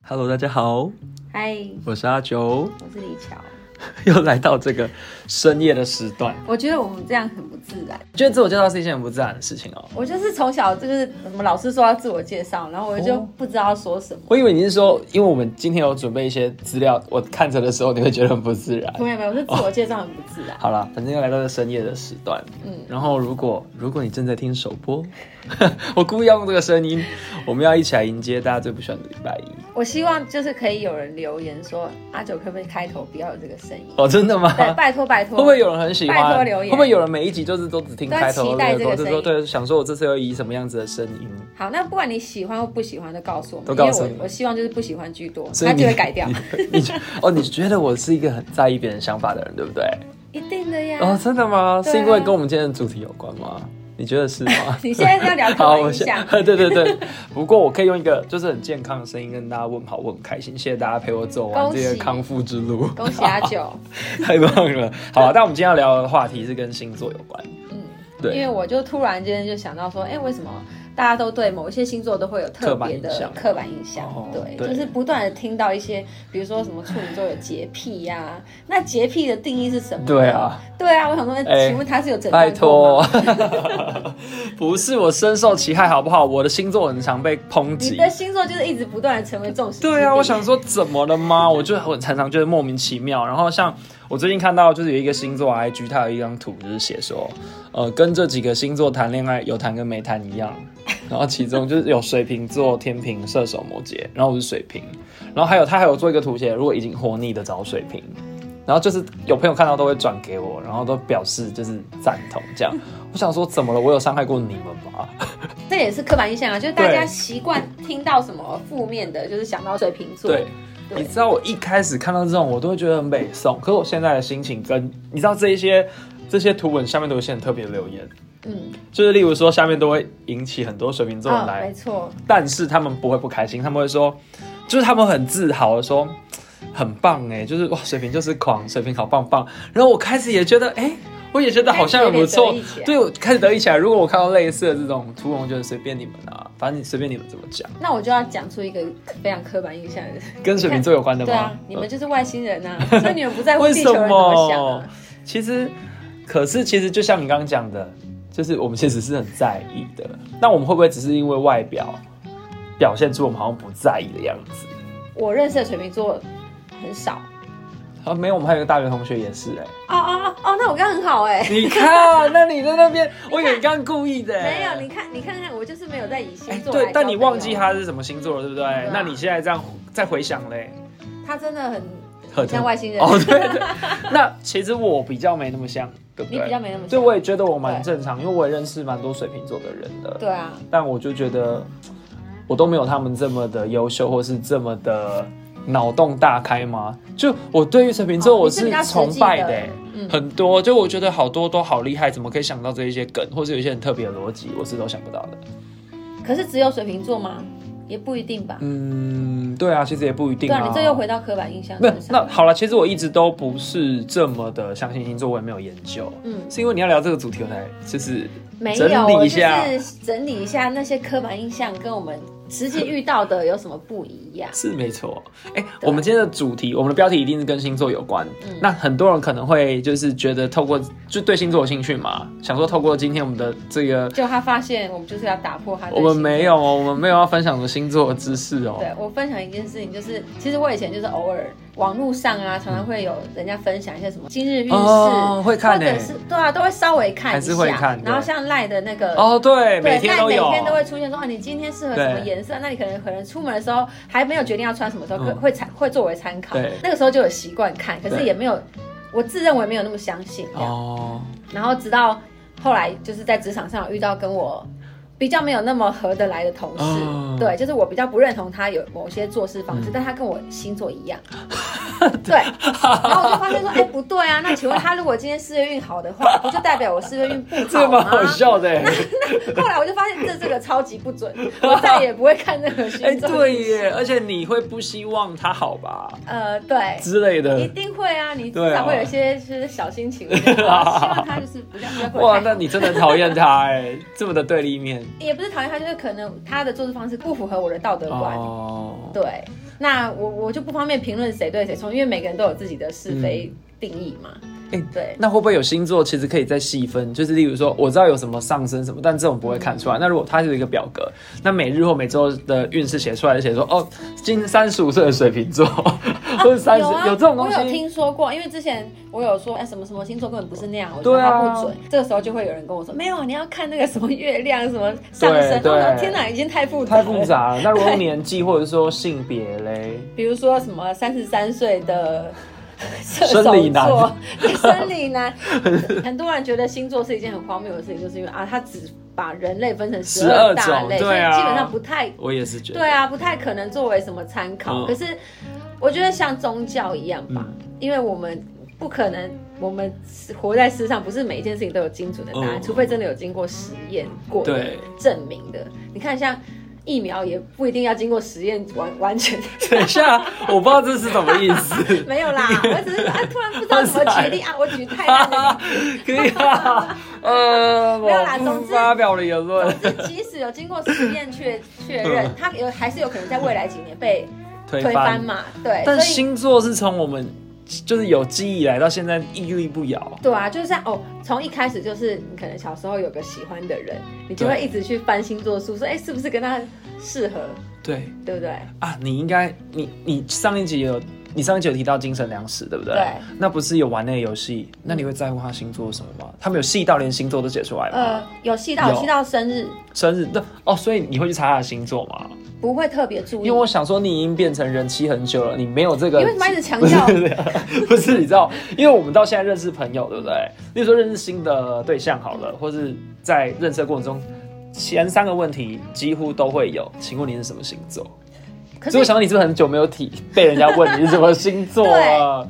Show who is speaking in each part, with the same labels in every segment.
Speaker 1: Hello，大家好，
Speaker 2: 嗨，
Speaker 1: 我是阿九，
Speaker 2: 我是李乔。
Speaker 1: 又来到这个深夜的时段。
Speaker 2: 我觉得我们这样很不自然。
Speaker 1: 觉得自我介绍是一件很不自然的事情哦。
Speaker 2: 我就是从小就是我们老师说要自我介绍，然后我就
Speaker 1: 哦
Speaker 2: 不知道说什么。
Speaker 1: 我以为你是说，因为我们今天有准备一些资料，我看着的时候你会觉得很不自然。
Speaker 2: 没有没有，我是自我介绍很不自然。
Speaker 1: 好啦，反正又来到了深夜的时段。嗯
Speaker 2: 嗯，
Speaker 1: 然后如果如果你正在听首播， 我故意要用这个声音，我们要一起来迎接大家最不喜欢的礼拜一。
Speaker 2: 我希望就是可以有人留言说阿九可不可以开头不要有这个声音？
Speaker 1: 哦，真的吗？
Speaker 2: 对，拜托拜托。
Speaker 1: 会不会有人很喜欢？
Speaker 2: 拜托留言
Speaker 1: 会不会有人每一集就是都只听
Speaker 2: 都在
Speaker 1: 开头
Speaker 2: 期待这个
Speaker 1: 都是
Speaker 2: 声
Speaker 1: 说
Speaker 2: 音
Speaker 1: 对，想说我这次要以什么样子的声音？
Speaker 2: 好？那不管你喜欢或不喜欢，都告诉我们。
Speaker 1: 都告诉
Speaker 2: 因为
Speaker 1: 你
Speaker 2: 我我希望就是不喜欢居多，
Speaker 1: 所以
Speaker 2: 他
Speaker 1: 你
Speaker 2: 就会改 掉。
Speaker 1: 你你觉哦，你觉得我是一个很在意别人想法的人，对不对？
Speaker 2: 一定的呀。
Speaker 1: 哦，真的吗？
Speaker 2: 对啊？
Speaker 1: 是因为跟我们今天的主题有关吗？你觉得是吗
Speaker 2: 你现在是要 聊刻
Speaker 1: 好，
Speaker 2: 板
Speaker 1: 我
Speaker 2: 印
Speaker 1: 先？
Speaker 2: 象
Speaker 1: 对对对。不过我可以用一个就是很健康的声音跟大家问好，我很开心，谢谢大家陪我走完
Speaker 2: 恭
Speaker 1: 这
Speaker 2: 喜
Speaker 1: 个康复之路，
Speaker 2: 恭喜阿九，
Speaker 1: 太棒了。好，啊那我们今天要聊的话题是跟星座有关，
Speaker 2: 嗯。因为
Speaker 1: 对，
Speaker 2: 我就突然间就想到说，哎、为什么大家都对某一些星座都会有特别的
Speaker 1: 刻
Speaker 2: 刻
Speaker 1: 板
Speaker 2: 板印象？
Speaker 1: 哦
Speaker 2: 对，
Speaker 1: 对
Speaker 2: 就是不断的听到一些，比如说什么处女座有洁癖呀、那洁癖的定义是什么？
Speaker 1: 对啊，
Speaker 2: 对啊，我想说，
Speaker 1: 哎
Speaker 2: 请问他是有诊
Speaker 1: 拜
Speaker 2: 断过
Speaker 1: 托
Speaker 2: 吗？，
Speaker 1: 不是我深受其害，好不好？我的星座很常被抨
Speaker 2: 你
Speaker 1: 击，
Speaker 2: 的星座就是一直不断的成为众矢之的
Speaker 1: 对啊，我想说怎么了 吗？我就很常常觉得莫名其妙。然后像我最近看到，就是有一个星座 IG，它有一张图，就是写说，呃，跟这几个星座谈恋爱，有谈跟没谈一样。然后其中就是有水瓶座、天平、射手、摩羯，然后我是水瓶，然后还有他还有做一个图写，如果已经活腻的找水瓶。然后就是有朋友看到都会转给我，然后都表示就是赞同这样。我想说怎么了？我有伤害过你们吗？
Speaker 2: 这也是刻板印象啊，就是大家
Speaker 1: 对
Speaker 2: 习惯听到什么负面的，就是想到水瓶座。
Speaker 1: 对，
Speaker 2: 对
Speaker 1: 你知道我一开始看到这种，我都会觉得很北宋。可是我现在的心情跟你知道这一些这些图文下面都有一些很特别的留言，
Speaker 2: 嗯，
Speaker 1: 就是例如说下面都会引起很多水瓶座人
Speaker 2: 哦，
Speaker 1: 来，
Speaker 2: 没错，
Speaker 1: 但是他们不会不开心，他们会说，就是他们很自豪的说。很棒哎，就是哇，水瓶就是狂，水瓶好棒棒。然后我开始也觉得，哎、我也觉得好像很不错
Speaker 2: 开始有点得意起，来
Speaker 1: 对我开始得意起来。如果我看到类似的这种图文，我觉得随便你们啊，反正你随便你们怎么讲，
Speaker 2: 那我就要讲出一个非常刻板印象的
Speaker 1: 跟水瓶座有关的吗？
Speaker 2: 对啊，你们就是外星人呐、 啊，所以你们不在乎
Speaker 1: 为
Speaker 2: 地
Speaker 1: 什
Speaker 2: 球人怎么想、
Speaker 1: 么
Speaker 2: 啊。？
Speaker 1: 其实，可是其实就像你刚刚讲的，就是我们其实是很在意的。那我们会不会只是因为外表表现出我们好像不在意的样子？
Speaker 2: 我认识的水瓶座很少。
Speaker 1: 啊，没有，我们还有一个大学同学也是 哎、
Speaker 2: 哦哦哦哦，那我刚刚很好哎、
Speaker 1: 你看，那你在那边，我以为你刚刚故意的、欸，
Speaker 2: 没有，你看，你看看，我就是没有在以
Speaker 1: 哎。
Speaker 2: 星座、
Speaker 1: 对，但你忘记，他是什么星座了，对不对？
Speaker 2: 啊
Speaker 1: 那你现在这样再回想嘞，
Speaker 2: 他 真的很
Speaker 1: 很
Speaker 2: 像外星人。
Speaker 1: 哦，对对。那其实我比较没那么像，对不
Speaker 2: 你
Speaker 1: 对？
Speaker 2: 比较没那么像。
Speaker 1: 对，我也觉得我蛮
Speaker 2: 对
Speaker 1: 正常，因为我也认识蛮多水瓶座的人的。
Speaker 2: 对啊，
Speaker 1: 但我就觉得我都没有他们这么的优秀，或是这么的脑洞大开吗？就我对于水瓶座
Speaker 2: 哦
Speaker 1: 我
Speaker 2: 你是比较实际的
Speaker 1: 崇拜欸
Speaker 2: 嗯
Speaker 1: 很多就我觉得好多都好厉害，怎么可以想到这一些梗，或是有一些很特别的逻辑，我是都想不到的。
Speaker 2: 可是只有水瓶座吗？也不一定吧。
Speaker 1: 嗯，对啊，其实也不一定
Speaker 2: 对啊，你这又回到刻板印象
Speaker 1: 那
Speaker 2: 身
Speaker 1: 那
Speaker 2: 上。
Speaker 1: 好了，其实我一直都不是这么的相信星座，我也没有研究，
Speaker 2: 嗯，
Speaker 1: 是因为你要聊这个主题，我才就是
Speaker 2: 没
Speaker 1: 整
Speaker 2: 有，
Speaker 1: 理
Speaker 2: 我
Speaker 1: 一
Speaker 2: 就
Speaker 1: 下
Speaker 2: 是整理一下那些刻板印象跟我们实际遇到的有什么不一样。
Speaker 1: 是没错，哎、我们今天的主题，我们的标题一定是跟星座有关。
Speaker 2: 嗯
Speaker 1: 那很多人可能会就是觉得透过就对星座有兴趣嘛，想说透过今天我们的这个，
Speaker 2: 就他发现我们就是要打破他对
Speaker 1: 我们
Speaker 2: 星座
Speaker 1: 没有哦，我们没有要分享的星座的知识哦。
Speaker 2: 对我分享一件事情，就是其实我以前就是偶尔网络上啊，常常会有人家分享一些什么今日运势，
Speaker 1: 嗯哦会看
Speaker 2: 或者
Speaker 1: 欸
Speaker 2: 是对啊，都会稍微看一下，
Speaker 1: 还是会看对
Speaker 2: 然后像赖的那个。
Speaker 1: 哦，对，
Speaker 2: 对
Speaker 1: 每天都有
Speaker 2: 赖每，天都会出现说啊，你今天适合什么
Speaker 1: 对
Speaker 2: 颜色？那你可能可能出门的时候还没有决定要穿什么时候，会
Speaker 1: 嗯
Speaker 2: 会参会作为参考
Speaker 1: 对。
Speaker 2: 那个时候就有习惯看，可是
Speaker 1: 对
Speaker 2: 也没有，我自认为没有那么相信这样。
Speaker 1: 哦，
Speaker 2: 然后直到后来就是在职场上有遇到跟我比较没有那么合得来的同事，
Speaker 1: 哦嗯
Speaker 2: 对，就是我比较不认同他有某些做事方式，但他跟我星 座一样，对，然后我就发现说，哎、不对啊，那请问他如果今天事业运好的话，不就代表我事业运不
Speaker 1: 这个
Speaker 2: 好
Speaker 1: 蛮
Speaker 2: 吗？
Speaker 1: 好笑 的欸。
Speaker 2: 后来我就发现这这个超级不准， 我再也不会看任何
Speaker 1: 哎、
Speaker 2: 星座。
Speaker 1: 对耶，而且你会不希望他好吧
Speaker 2: 呃， 对。
Speaker 1: 之类
Speaker 2: 一
Speaker 1: 的。
Speaker 2: 定会啊，你至
Speaker 1: 对啊
Speaker 2: 少会有一些就是小心情，我觉 得啊希望他就是不要不要过
Speaker 1: 哇，
Speaker 2: 来
Speaker 1: 那你真的很讨厌他哎，这么的对立面
Speaker 2: 也不是讨厌他，就是可能他的做事方式不符合我的道德观。
Speaker 1: 哦。
Speaker 2: 对，那我我就不方便评论谁对谁错，因为每个人都有自己的是非定义嘛。
Speaker 1: 哎
Speaker 2: 对，
Speaker 1: 那会不会有星座其实可以再细分？就是例如说，我知道有什么上升什么，但这种不会看出来。那如果它是一个表格，那每日或每周的运势写出来，就写说哦，今三十五岁的水瓶座，或者三十、
Speaker 2: 啊，
Speaker 1: 有这种东
Speaker 2: 我有
Speaker 1: 西。
Speaker 2: 听说过，因为之前我有说，哎，什么什么星座根本不是那样，我觉
Speaker 1: 对
Speaker 2: 得
Speaker 1: 啊
Speaker 2: 它不准。这个时候就会有人跟我说，没有，啊你要看那个什么月亮什么上升。
Speaker 1: 对
Speaker 2: 然后我说
Speaker 1: 对
Speaker 2: 天哪，已经太复杂
Speaker 1: 太
Speaker 2: 了，
Speaker 1: 复。杂了。那如果年纪或者说性别嘞，
Speaker 2: 比如说什么三十三岁的射 手
Speaker 1: 生理男
Speaker 2: 座，对生理男， 很多人觉得星座是一件很荒谬的事情，就是因为啊，它只把人类分成十
Speaker 1: 12
Speaker 2: 大类，
Speaker 1: 种
Speaker 2: 所以
Speaker 1: 对啊
Speaker 2: 基本上不太
Speaker 1: 我也是觉得。
Speaker 2: 对啊，不太可能作为什么参考。
Speaker 1: 嗯
Speaker 2: 可是我觉得像宗教一样吧，因为我们不可能，我们活在世上，不是每一件事情都有精准的答案，
Speaker 1: 嗯
Speaker 2: 除非真的有经过实验过的
Speaker 1: 对
Speaker 2: 证明的。你看，像疫苗也不一定要经过实验完完全
Speaker 1: 等一下，我不知道这是什么意 思。
Speaker 2: 没有啦，我只是啊，突然不 知道怎么举例啊，我举 太烂的例子
Speaker 1: 可以啊，呃，
Speaker 2: 没有啦
Speaker 1: 我
Speaker 2: 总
Speaker 1: 不
Speaker 2: 之
Speaker 1: 发表了言论，
Speaker 2: 总之，即使有经过实验确确认
Speaker 1: 嗯，
Speaker 2: 它有还是有可能在未来几年被
Speaker 1: 推
Speaker 2: 推翻。嘛？对，
Speaker 1: 但
Speaker 2: 哎所以。
Speaker 1: 星座是从我们就是有记忆以来到现在屹立不摇。
Speaker 2: 对啊，就是像哦，从一开始就是你可能小时候有个喜欢的人，你就
Speaker 1: 对
Speaker 2: 会一直去翻星座书，说哎、是不是跟他适合，
Speaker 1: 对
Speaker 2: 对不对？
Speaker 1: 啊，你应该你你上一集有你上一集有提到精神粮食，对不对？
Speaker 2: 对。
Speaker 1: 那不是有玩那个游戏？那你会在乎他星座是什么吗？他们有细到连星座都写出来吗？
Speaker 2: 呃，有戏到
Speaker 1: 有
Speaker 2: 有戏到生日，
Speaker 1: 生日那哦，所以你会去查他的星座吗？
Speaker 2: 不会特别注意，
Speaker 1: 因为我想说，你已经变成人妻很久了，你没有这个。
Speaker 2: 你为什么一直强调
Speaker 1: 不是？不是，你知道，因为我们到现在认识朋友，对不对？例如说认识新的对象好了，或是在认识的过程中，前三个问题几乎都会有。请问你是什么星座？
Speaker 2: 可
Speaker 1: 所以我
Speaker 2: 是
Speaker 1: 想说，你是不是很久没有体被人家问你是什么星座了？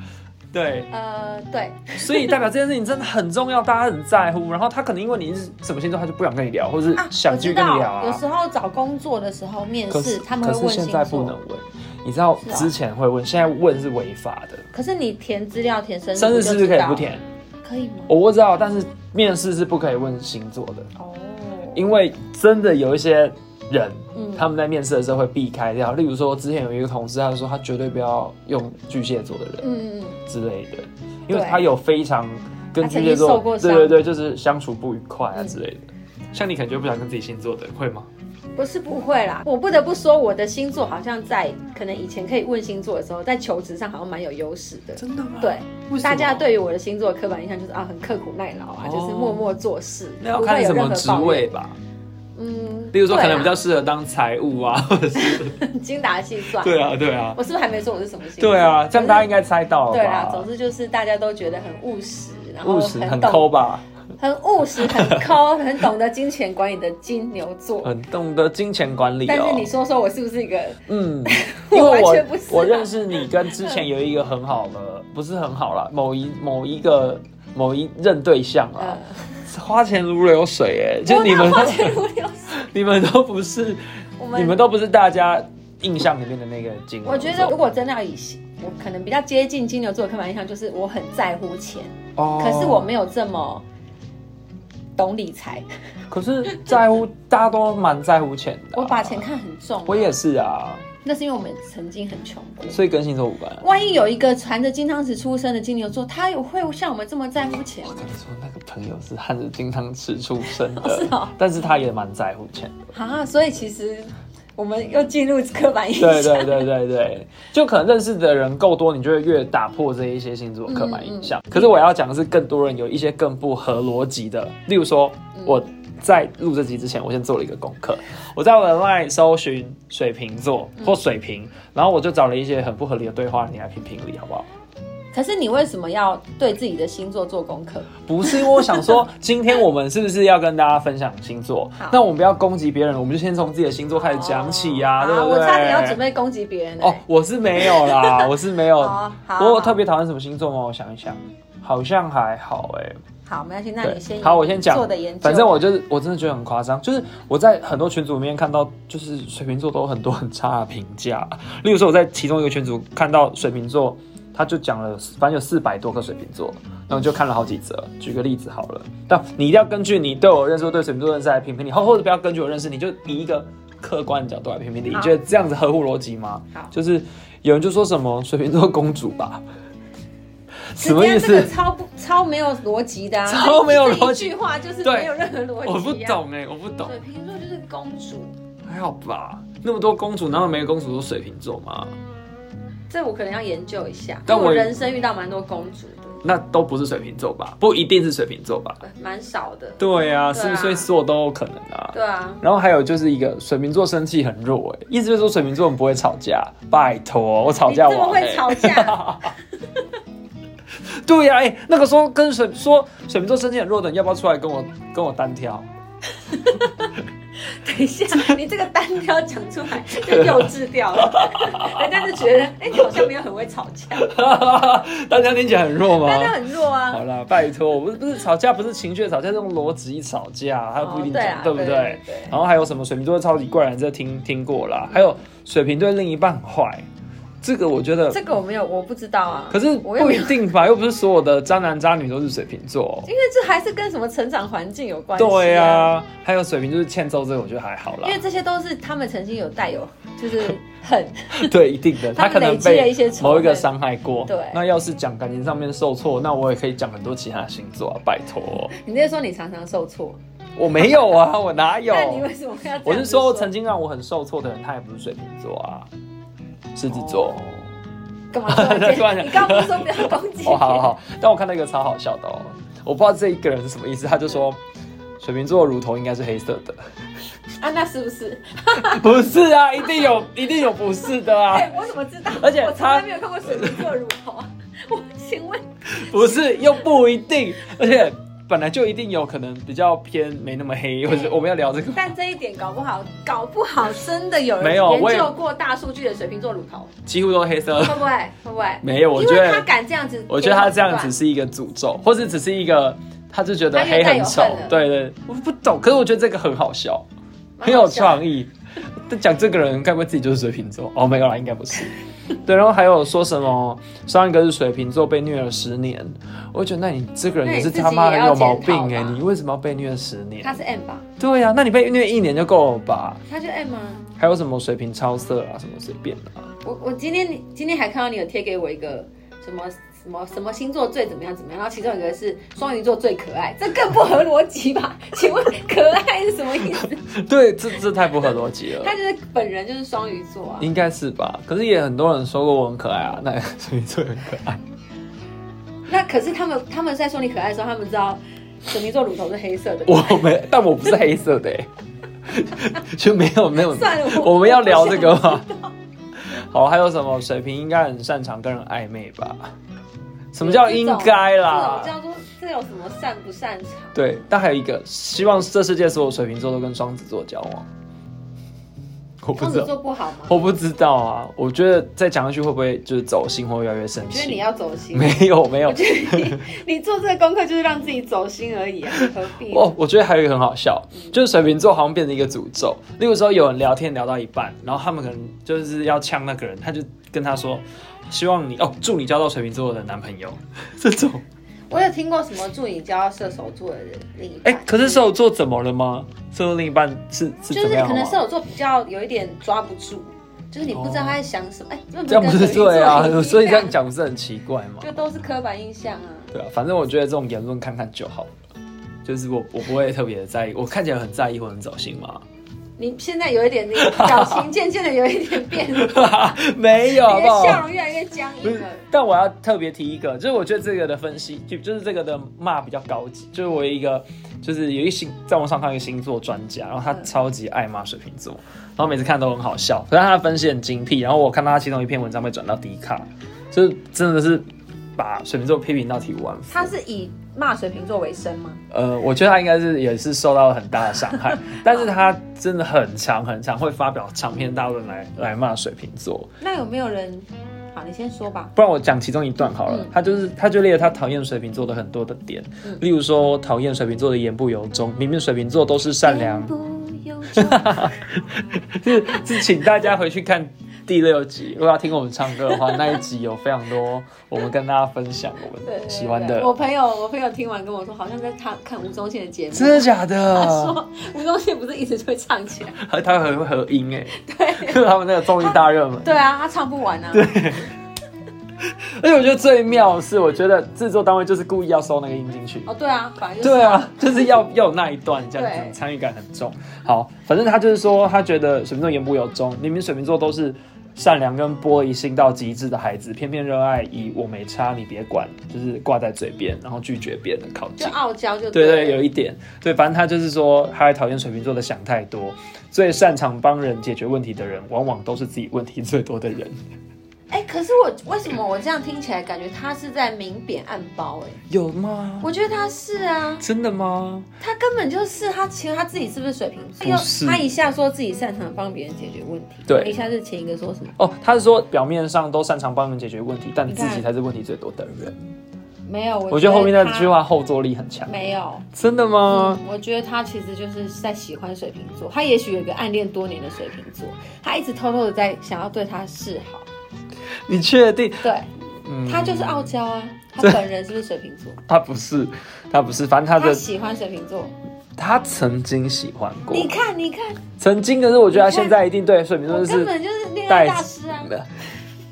Speaker 1: 对，
Speaker 2: 呃，对，
Speaker 1: 所以代表这件事情真的很重要，大家很在乎。然后他可能因为你是什么星座，他就不想跟你聊，或是
Speaker 2: 啊，
Speaker 1: 想
Speaker 2: 我
Speaker 1: 去
Speaker 2: 知
Speaker 1: 跟你
Speaker 2: 道
Speaker 1: 聊啊。
Speaker 2: 有时候找工作的时候面
Speaker 1: 可
Speaker 2: 试，
Speaker 1: 是
Speaker 2: 他们会
Speaker 1: 可
Speaker 2: 问
Speaker 1: 是
Speaker 2: 星
Speaker 1: 现
Speaker 2: 座，
Speaker 1: 在不能问，你知道
Speaker 2: 是啊
Speaker 1: 之前会问，现在问是违法的。
Speaker 2: 可是你填资料填生日，
Speaker 1: 生日是不是可以不？填？
Speaker 2: 可以吗？
Speaker 1: 我不知道，但是面试是不可以问星座的，
Speaker 2: 哦，
Speaker 1: 因为真的有一些人。
Speaker 2: 嗯
Speaker 1: 他们在面试的时候会避开掉，例如说，之前有一个同事，他就说他绝对不要用巨蟹座的人
Speaker 2: 嗯嗯
Speaker 1: 之类的，因为
Speaker 2: 对
Speaker 1: 他有非常跟
Speaker 2: 他
Speaker 1: 巨
Speaker 2: 曾
Speaker 1: 蟹
Speaker 2: 经
Speaker 1: 座
Speaker 2: 受，过
Speaker 1: 对
Speaker 2: 伤
Speaker 1: 对对，就是相处不愉快啊
Speaker 2: 嗯
Speaker 1: 之类的。像你感觉不想跟自己星座的会吗？
Speaker 2: 不是不会啦，我不得不说，我的星座好像在可能以前可以问星座的时候，在求职上好像蛮有优势的。
Speaker 1: 真的吗
Speaker 2: 对，
Speaker 1: 为什么
Speaker 2: 大家对于我的星座的刻板印象就是啊，很刻苦耐劳啊，
Speaker 1: 哦
Speaker 2: 就是默默做事，
Speaker 1: 那要
Speaker 2: 不会
Speaker 1: 看
Speaker 2: 有
Speaker 1: 什
Speaker 2: 任
Speaker 1: 么
Speaker 2: 何
Speaker 1: 职
Speaker 2: 抱
Speaker 1: 位
Speaker 2: 怨。
Speaker 1: 吧，
Speaker 2: 嗯，
Speaker 1: 例如说
Speaker 2: 对
Speaker 1: 可
Speaker 2: 啦
Speaker 1: 能比较适合当财务啊，或者是
Speaker 2: 精打细算。
Speaker 1: 对啊对啊
Speaker 2: 我是不是还没说我是什么星座？
Speaker 1: 对啊，这样大家应该猜到了
Speaker 2: 对啦，
Speaker 1: 吧
Speaker 2: 总？之就是大家都觉得很务实，然后
Speaker 1: 务实很
Speaker 2: 懂
Speaker 1: 抠吧，
Speaker 2: 很务实，很抠，很懂得金钱管理的金牛座。
Speaker 1: 很懂得金钱管理
Speaker 2: 但是
Speaker 1: 哦
Speaker 2: 你。说说我是不是一个？
Speaker 1: 嗯，
Speaker 2: 我
Speaker 1: 因为
Speaker 2: 完
Speaker 1: 我
Speaker 2: 全不是啊
Speaker 1: 我认识你跟之前有一个很好的， 不是很好啦，某一某一个某一任对象啊
Speaker 2: 呃，，
Speaker 1: 花钱如流水哎，就
Speaker 2: 我哪
Speaker 1: 你们
Speaker 2: 啊花钱如流水
Speaker 1: 你们都不是，
Speaker 2: 我
Speaker 1: 你们都不是大家印象里面的那个金牛座。
Speaker 2: 我觉得如果真的要以我可能比较接近金牛座的刻板印象，就是我很在乎钱，
Speaker 1: 哦
Speaker 2: 可是我没有这么懂理财，
Speaker 1: 可是在乎，大家都蛮在乎钱的啊、
Speaker 2: 我把钱看很重。
Speaker 1: 我也是啊，
Speaker 2: 那是因为我们曾经很穷过。
Speaker 1: 所以跟星座无关。啊
Speaker 2: 万一有一个含着金汤匙出生的金牛座，他有会像我们这么在乎钱
Speaker 1: 我
Speaker 2: 吗？
Speaker 1: 跟你说，那个朋友是含着金汤匙出生的，
Speaker 2: 是哦
Speaker 1: 但是他也蛮在乎钱的。
Speaker 2: 啊，所以其实我们又进入刻板印象。
Speaker 1: 对 对对对对，就可能认识的人够多，你就会越打破这一些星座刻板印象。可是我要讲的是，更多人有一些更不合逻辑的，例如说，我在录这集之前，我先做了一个功课，我在我的 LINE 搜寻水瓶座或水瓶，然后我就找了一些很不合理的对话，你来评评理好不好？
Speaker 2: 可是你为什么要对自己的星座做功课？
Speaker 1: 不是因为我想说，今天我们是不是要跟大家分享星座
Speaker 2: 好？
Speaker 1: 那我们不要攻击别人，我们就先从自己的星座开始讲起呀、
Speaker 2: 哦
Speaker 1: 对不对？
Speaker 2: 我差点要准。备攻击别人了、
Speaker 1: 哦，我是没有 啦，我是没有。
Speaker 2: 好好
Speaker 1: 我有
Speaker 2: 好
Speaker 1: 特别讨厌什么星座吗？我想一想，好像还好哎、
Speaker 2: 好，没关系，那
Speaker 1: 对
Speaker 2: 你先
Speaker 1: 好，我先讲
Speaker 2: 做的研究。
Speaker 1: 反正我就是，我真的觉得很夸张，就是我在很多群组里面看到，就是水瓶座都有很多很差的评价。例如说，我在其中一个群组看到水瓶座，他就讲了，反正有四百多个水瓶座，然后就看了好几则。举个例子好了，但你一定要根据你对我认识或对水瓶座的认识来评评你，或或者不要根据我认识，你就以一个客观角度来评评理，你
Speaker 2: 好
Speaker 1: 觉得这样子合乎逻辑吗
Speaker 2: 好？
Speaker 1: 就是有人就说什么水瓶座公主吧，什么
Speaker 2: 这样
Speaker 1: 意
Speaker 2: 这个
Speaker 1: 思？
Speaker 2: 超不超没有逻辑的啊，
Speaker 1: 超没有逻
Speaker 2: 这
Speaker 1: 辑
Speaker 2: 一句话就是
Speaker 1: 对
Speaker 2: 没有任何逻辑、啊。
Speaker 1: 我不。懂哎、我不懂，
Speaker 2: 水瓶座就是公主，
Speaker 1: 还好吧？那么多公主，难道每个公主都水瓶座吗？
Speaker 2: 这我可能要研究一下。
Speaker 1: 但
Speaker 2: 因为
Speaker 1: 我
Speaker 2: 我人生遇到蛮多公主的，
Speaker 1: 那都不是水瓶座吧？不一定是水瓶座吧？
Speaker 2: 蛮少的。
Speaker 1: 对呀、啊，
Speaker 2: 对啊
Speaker 1: 是不是所以所有都有可能啊？
Speaker 2: 对啊，
Speaker 1: 然后还有就是一个水瓶座生气很弱哎、意思就是说水瓶座很不会吵架，拜托我吵
Speaker 2: 你
Speaker 1: 架
Speaker 2: 这么
Speaker 1: 王、
Speaker 2: 会
Speaker 1: 欸，
Speaker 2: 吵架，
Speaker 1: 对呀、哎、那个时候跟水说水瓶座生气很弱的，你要不要出来跟我跟我单挑？
Speaker 2: 等一下，你这个单挑讲出来就幼稚掉了， 人家就觉得，哎、你好像没有很会吵架，
Speaker 1: 大家听起来很弱吗
Speaker 2: 单？挑很弱 啊。
Speaker 1: 好啦，拜托，我不是不是吵架，不是情绪的吵架，这种逻辑吵架，还不一定
Speaker 2: 哦对
Speaker 1: 讲、
Speaker 2: 啊
Speaker 1: 对不对？
Speaker 2: 对对对
Speaker 1: 然后还有什么水瓶座超级怪人，这听听过啦，还有水瓶对另一半很坏，这个我觉得，
Speaker 2: 这个我没有，我不知道啊。
Speaker 1: 可是
Speaker 2: 我又
Speaker 1: 不
Speaker 2: 没有
Speaker 1: 一定吧，又不是所有的渣男渣女都是水瓶座。
Speaker 2: 因为这还是跟什么成长环境有关系、
Speaker 1: 对啊，还有水瓶就是欠揍，这个我觉得还好啦
Speaker 2: 因。为这些都是他们曾经有带有，就是恨，
Speaker 1: 对，一定的，
Speaker 2: 他们
Speaker 1: 可能
Speaker 2: 累积了
Speaker 1: 被
Speaker 2: 一些仇
Speaker 1: 某一个
Speaker 2: 恨
Speaker 1: 伤害过。
Speaker 2: 对
Speaker 1: 那要是讲感情上面受挫，那我也可以讲很多其他的星座啊，拜托。
Speaker 2: 你那时候你常常受挫，
Speaker 1: 我没有 啊，我哪有？
Speaker 2: 那你为什么要这样子？
Speaker 1: 我是说，曾经让我很受挫的人，他也不是水瓶座啊，狮子
Speaker 2: 哦
Speaker 1: 座。
Speaker 2: 干嘛突然
Speaker 1: 突然
Speaker 2: 间？
Speaker 1: 间
Speaker 2: 你刚不是说不要攻击？
Speaker 1: 哦，好好好。但我看到一个超好笑的哦，我不知道这一个人是什么意思，他就说。水瓶座的乳头应该是黑色 的，
Speaker 2: 啊，那是不是？
Speaker 1: 不是啊，一定有，一定有不是的啊
Speaker 2: 哎、，我怎么知道？
Speaker 1: 而且
Speaker 2: 我从
Speaker 1: 他
Speaker 2: 来没有看过水瓶座乳头啊。我请问，
Speaker 1: 不是又不一定，而且本来就一定有可能比较偏没那么黑，或者我们要聊这个吗，
Speaker 2: 但这一点搞不好，搞不好真的有
Speaker 1: 没
Speaker 2: 人
Speaker 1: 有我
Speaker 2: 研
Speaker 1: 也
Speaker 2: 究过大数据的水瓶座乳头，
Speaker 1: 几乎都黑色
Speaker 2: 会。 不会？会不会？
Speaker 1: 没有，我
Speaker 2: 因
Speaker 1: 觉
Speaker 2: 为他
Speaker 1: 得，
Speaker 2: 敢这样子，
Speaker 1: 我觉得他这样子，是一个诅咒，或者只是一个，他就觉得
Speaker 2: 他越
Speaker 1: 黑
Speaker 2: 带
Speaker 1: 很
Speaker 2: 有
Speaker 1: 丑
Speaker 2: 恨了，
Speaker 1: 对对，我不懂，可是我觉得这个很好笑。
Speaker 2: 蛮
Speaker 1: 很有
Speaker 2: 好笑的
Speaker 1: 创意。但讲这个人，该不会自己就是水瓶座？哦，没有啦，应该不是。 对，然后还有说什么上一个是水瓶座被虐了十年，我就觉得那你这个人
Speaker 2: 那
Speaker 1: 也
Speaker 2: 你
Speaker 1: 是
Speaker 2: 自己
Speaker 1: 他妈很
Speaker 2: 也要
Speaker 1: 有毛
Speaker 2: 检讨
Speaker 1: 病哎、
Speaker 2: 吧
Speaker 1: 你为什么要被虐十年
Speaker 2: 他？是 M 吧？
Speaker 1: 对呀、那你被虐一年就够了吧？
Speaker 2: 他就 M 吗、
Speaker 1: 还有什么水瓶超色啊，什么随便啊？
Speaker 2: 我我今天今天还看到你有贴给我一个什么什么什么星座最怎么样怎么样，然后其中有一个是双鱼座最可爱，这更不合逻辑吧？ 请问可爱是什么意思？
Speaker 1: 对，这这太不合逻辑了。
Speaker 2: 他就是本人就是双鱼座啊，
Speaker 1: 应该是吧，可是也很多人说过我很可爱啊，那 水瓶座也很可爱。
Speaker 2: 那可是他们他们在说你可爱的时候，他们知道水瓶座乳头是黑色的。
Speaker 1: 我 没，但我不是黑色的、欸，就没有没有。
Speaker 2: 算了，
Speaker 1: 我们要聊这个吗？好，还有什么水瓶应该很擅长跟人暧昧吧？什么叫应该啦
Speaker 2: 这？种叫做这有什么擅不擅长？
Speaker 1: 对，但还有一个，希望这世界所有水瓶座都跟双子座交往。我不
Speaker 2: 双
Speaker 1: 知
Speaker 2: 子
Speaker 1: 道，
Speaker 2: 座不好吗？
Speaker 1: 我不知道啊。我觉得再讲下去会不会就是走心，或越来越生
Speaker 2: 我觉得你
Speaker 1: 气？
Speaker 2: 要走心。
Speaker 1: 没有没有
Speaker 2: 我，觉得你 你做这个功课就是让自己走心而已啊，何必呢？
Speaker 1: 哦，我觉得还有一个很好笑，就是水瓶座好像变成一个诅咒。例如说，有人聊天聊到一半，然后他们可能就是要呛那个人，他就跟他说：“希望你哦，祝你交到水瓶座的男朋友。” 这种，
Speaker 2: 我有听过什么助你交射手座的人另一
Speaker 1: 哎、
Speaker 2: 半，
Speaker 1: 可是射手座怎么了吗？射手座另一半是是
Speaker 2: 就
Speaker 1: 怎
Speaker 2: 是
Speaker 1: 么样啊
Speaker 2: 可能
Speaker 1: 吗？
Speaker 2: 射手座比较有一点抓不住，就是你不知道他在想什么，哎、那
Speaker 1: 这样不是
Speaker 2: 跟水瓶座
Speaker 1: 对啊
Speaker 2: 一 样，
Speaker 1: 所以这样讲不是很奇怪吗？
Speaker 2: 就都是刻板印象啊。
Speaker 1: 对啊，反正我觉得这种言论看看就好了。就是我，我不会特别在意，我看起来很在意或很走心吗？
Speaker 2: 你现在有一点，你表情渐渐的有一点变，你的
Speaker 1: 没有，好不好？
Speaker 2: 笑容越来越僵
Speaker 1: 不
Speaker 2: 硬
Speaker 1: 是
Speaker 2: 了。，
Speaker 1: 但我要特别提一个，就是我觉得这个的分析，就就是这个的骂比较高级，就是我有一个，就是有一星在网上看到一个星座专家，然后他
Speaker 2: 嗯
Speaker 1: 超级爱骂水瓶座，然后每次看都很好笑，可是他的分析很精辟，然后我看到他其中一篇文章被转到迪卡，就是真的是把水瓶座批评到体无完肤。
Speaker 2: 他是以骂水瓶座为生吗？
Speaker 1: 呃，我觉得他应该是也是受到了很大的伤害， 但是他真的很长很长，会发表长篇大论来来骂水瓶座。
Speaker 2: 那有没有人？好，你先说吧。
Speaker 1: 不然我讲其中一段好了。
Speaker 2: 嗯
Speaker 1: 他就是他就列了他讨厌水瓶座的很多的点，
Speaker 2: 嗯
Speaker 1: 例如说讨厌水瓶座的言不由衷，明明水瓶座都是善良
Speaker 2: 言。不由衷嗯
Speaker 1: 是是，请大家回去看第六集，如果要听我们唱歌的话，那一集有非常多我们跟大家分享我
Speaker 2: 对对
Speaker 1: 们
Speaker 2: 对
Speaker 1: 喜欢的
Speaker 2: 我，朋友，我朋友听完跟我说，好像在看看吴宗宪的节目。
Speaker 1: 真的假
Speaker 2: 他
Speaker 1: 的？
Speaker 2: 说吴宗宪不是一直就会唱起 来？
Speaker 1: 还 他很会合音哎，
Speaker 2: 对
Speaker 1: 他们那个综艺大热门。
Speaker 2: 对啊，他唱不完啊。对
Speaker 1: 而且我觉得最妙的是，我觉得制作单位就是故意要收那个音进去。
Speaker 2: 哦，对啊，反正就是
Speaker 1: 对啊，就是要要有那一段这样
Speaker 2: 对
Speaker 1: 子，参与感很重。好，反正他就是说，他觉得水瓶座言不由衷，明明水瓶座都是善良跟玻璃心到极致的孩子，偏偏热爱以“我没差，你别管”就是挂在嘴边，然后拒绝别人的靠
Speaker 2: 就
Speaker 1: 近。
Speaker 2: 傲娇就
Speaker 1: 对
Speaker 2: 对
Speaker 1: 对，有一点，对，反正他就是说，他还讨厌水瓶座的想太多，最擅长帮人解决问题的人，往往都是自己问题最多的人。
Speaker 2: 哎、可是我为什么我这样听起来感觉他是在明贬暗褒、哎，
Speaker 1: 有吗？
Speaker 2: 我觉得他是啊，
Speaker 1: 真的吗？
Speaker 2: 他根本就是他，其实他自己是不是水瓶座？
Speaker 1: 不是
Speaker 2: 他一下说自己擅长帮别人解决问题，
Speaker 1: 对
Speaker 2: 一下是前一个说什么？
Speaker 1: 哦，他是说表面上都擅长帮人解决问题，但
Speaker 2: 你
Speaker 1: 自
Speaker 2: 看
Speaker 1: 己才是问题最多的人。
Speaker 2: 没有，
Speaker 1: 我
Speaker 2: 我
Speaker 1: 觉得后面那
Speaker 2: 他
Speaker 1: 句话后坐力很强。
Speaker 2: 没有。
Speaker 1: 真的吗？
Speaker 2: 我觉得他其实就是在喜欢水瓶座，他也许有一个暗恋多年的水瓶座，他一直偷偷的在想要对他示好，
Speaker 1: 你确定？
Speaker 2: 对
Speaker 1: 嗯，
Speaker 2: 他就是傲娇 啊，他本人是不是水瓶座？
Speaker 1: 他不是，他不是，反正他
Speaker 2: 他
Speaker 1: 的
Speaker 2: 喜欢水瓶座，
Speaker 1: 他曾经喜欢过，
Speaker 2: 你看，你看，
Speaker 1: 曾经，可是我觉得他
Speaker 2: 你看
Speaker 1: 现在一定对水瓶座
Speaker 2: 我
Speaker 1: 就
Speaker 2: 根
Speaker 1: 是
Speaker 2: 本就是恋爱
Speaker 1: 带
Speaker 2: 大师啊！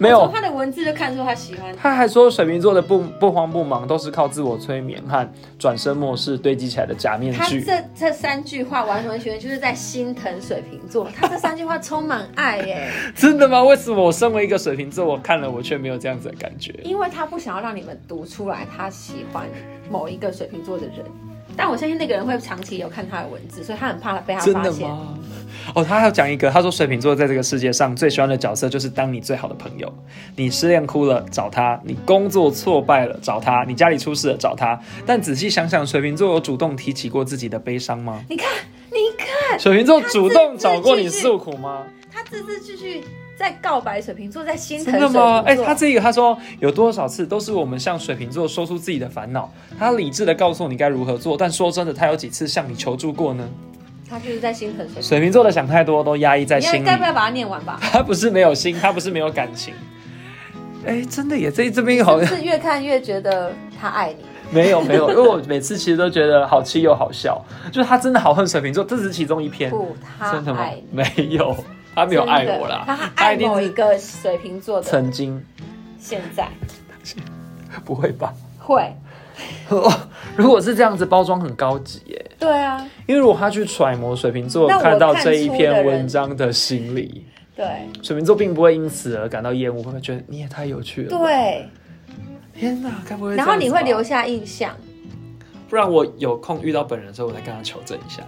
Speaker 1: 没
Speaker 2: 从
Speaker 1: 有。
Speaker 2: 他的文字就看出他喜欢
Speaker 1: 他还说，水瓶座的不不慌不忙，都是靠自我催眠和转身模式堆积起来的假面
Speaker 2: 他
Speaker 1: 具。
Speaker 2: 这这三句话完完全全就是在心疼水瓶座，他这三句话充满爱耶，
Speaker 1: 真的吗？为什么我身为一个水瓶座，我看了我却没有这样子的感觉？
Speaker 2: 因为他不想要让你们读出来他喜欢某一个水瓶座的人，但我相信那个人会长期有看他的文字，所以他很怕被他
Speaker 1: 真
Speaker 2: 发
Speaker 1: 的
Speaker 2: 现。
Speaker 1: 吗？哦，他还有讲一个，他说水瓶座在这个世界上最喜欢的角色就是当你最好的朋友。你失恋哭了找他，你工作挫败了找他，你家里出事了找他。但仔细想想，水瓶座有主动提起过自己的悲伤吗？
Speaker 2: 你看，你看，
Speaker 1: 水瓶座主动找过你诉苦吗？
Speaker 2: 他字字句句在告白水瓶座，在心疼
Speaker 1: 真
Speaker 2: 水
Speaker 1: 的
Speaker 2: 瓶座
Speaker 1: 吗？。哎、他这个他说有多少次都是我们向水瓶座说出自己的烦恼，他理智的告诉你该如何做，但说真的，他有几次向你求助过呢？
Speaker 2: 他就是在心疼水瓶。
Speaker 1: 水瓶座的想太多都压抑在
Speaker 2: 你要
Speaker 1: 心里
Speaker 2: 该。不要把它念完吧？
Speaker 1: 他不是没有心，他不是没有感情。哎，真的耶，这这边好
Speaker 2: 就
Speaker 1: 像
Speaker 2: 是越看越觉得他爱你。
Speaker 1: 没有没有，因为我每次其实都觉得好气又好笑，就是他真的好恨水瓶座，这只是其中一篇，
Speaker 2: 不，他
Speaker 1: 真的吗
Speaker 2: 爱你，？
Speaker 1: 没有，他没有爱我啦，
Speaker 2: 真的他爱
Speaker 1: 一定
Speaker 2: 某一
Speaker 1: 是
Speaker 2: 个水瓶座的，
Speaker 1: 曾经，
Speaker 2: 现在
Speaker 1: 不会吧？
Speaker 2: 会，
Speaker 1: 如果是这样子，包装很高级耶，
Speaker 2: 对啊，
Speaker 1: 因为如果他去揣摩水瓶座
Speaker 2: 那我
Speaker 1: 看到
Speaker 2: 看
Speaker 1: 这一
Speaker 2: 出的
Speaker 1: 篇
Speaker 2: 人
Speaker 1: 文章的心理，
Speaker 2: 对
Speaker 1: 水瓶座并不会因此而感到厌恶，会不会觉得你也太有趣了？，
Speaker 2: 对，
Speaker 1: 天哪，该不会这样
Speaker 2: 然
Speaker 1: 子吧？
Speaker 2: 后你会留下印象，
Speaker 1: 不然我有空遇到本人的时候，我再跟他求证一下。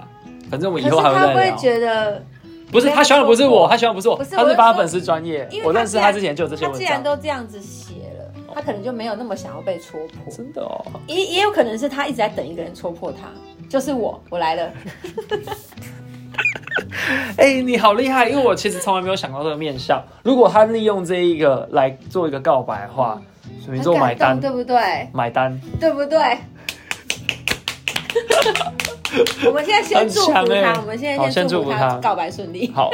Speaker 1: 反正我
Speaker 2: 可
Speaker 1: 以
Speaker 2: 是
Speaker 1: 后还
Speaker 2: 他
Speaker 1: 会再
Speaker 2: 会
Speaker 1: 聊。
Speaker 2: 觉得，
Speaker 1: 不是他喜欢的不是
Speaker 2: 不要说
Speaker 1: 我，他喜欢的不是我，
Speaker 2: 不是
Speaker 1: 他
Speaker 2: 我
Speaker 1: 是
Speaker 2: 是
Speaker 1: 发
Speaker 2: 说
Speaker 1: 粉丝专业
Speaker 2: 因。为
Speaker 1: 我认
Speaker 2: 既
Speaker 1: 识
Speaker 2: 然
Speaker 1: 他之前就有这些
Speaker 2: 他
Speaker 1: 文
Speaker 2: 既
Speaker 1: 章。
Speaker 2: 然都这样子写了，他可能就没有那么想要被戳破，
Speaker 1: 真的哦，
Speaker 2: 也也有可能是他一直在等一个人戳破他，就是我，我来 了，
Speaker 1: 哎、你好厉害！因为我其实从来没有想到这个面相。如果他利用这一个来做一个告白的话，水瓶座买
Speaker 2: 嗯很
Speaker 1: 单
Speaker 2: 感动，，对不对？
Speaker 1: 买单，
Speaker 2: 对 不对？我们现在先祝福
Speaker 1: 很强欸
Speaker 2: 他，我们现在
Speaker 1: 好先
Speaker 2: 祝
Speaker 1: 祝
Speaker 2: 福
Speaker 1: 福
Speaker 2: 他
Speaker 1: 他
Speaker 2: 告白顺利。
Speaker 1: 好。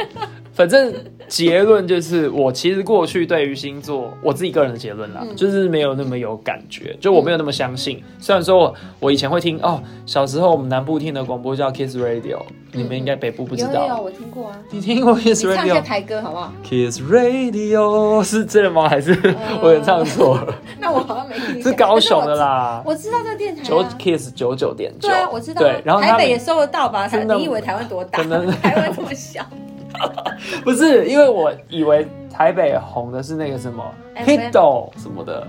Speaker 1: 反正结论就是，我其实过去对于星座，我自己个人的结论啦，
Speaker 2: 嗯
Speaker 1: 就是没有那么有感觉，就我没有那么相信。虽然说我我以前会听哦，小时候我们南部听的广播叫 Kiss Radio，、你们应该北部不知
Speaker 2: 嗯有有有，
Speaker 1: 道。
Speaker 2: 我听过啊。
Speaker 1: 你听过 Kiss
Speaker 2: 你唱一下
Speaker 1: Radio？
Speaker 2: 台歌好不好？
Speaker 1: Kiss Radio 是这个吗？还是
Speaker 2: 哦
Speaker 1: 我演唱 错了？
Speaker 2: 那我好像没 印象。
Speaker 1: 是高雄的啦，
Speaker 2: 可是我知。我知道这电台、
Speaker 1: 九
Speaker 2: 啊。
Speaker 1: Kiss 九九点九，
Speaker 2: 对啊，我知道、啊。
Speaker 1: 对，然后
Speaker 2: 台
Speaker 1: 他
Speaker 2: 北
Speaker 1: 们
Speaker 2: 也收得到吧？台
Speaker 1: 真的
Speaker 2: 你以为台湾多大？
Speaker 1: 可能
Speaker 2: 台湾这么小。
Speaker 1: 不是因为我以为台北红的是那个什么
Speaker 2: FM
Speaker 1: Hito 什么的，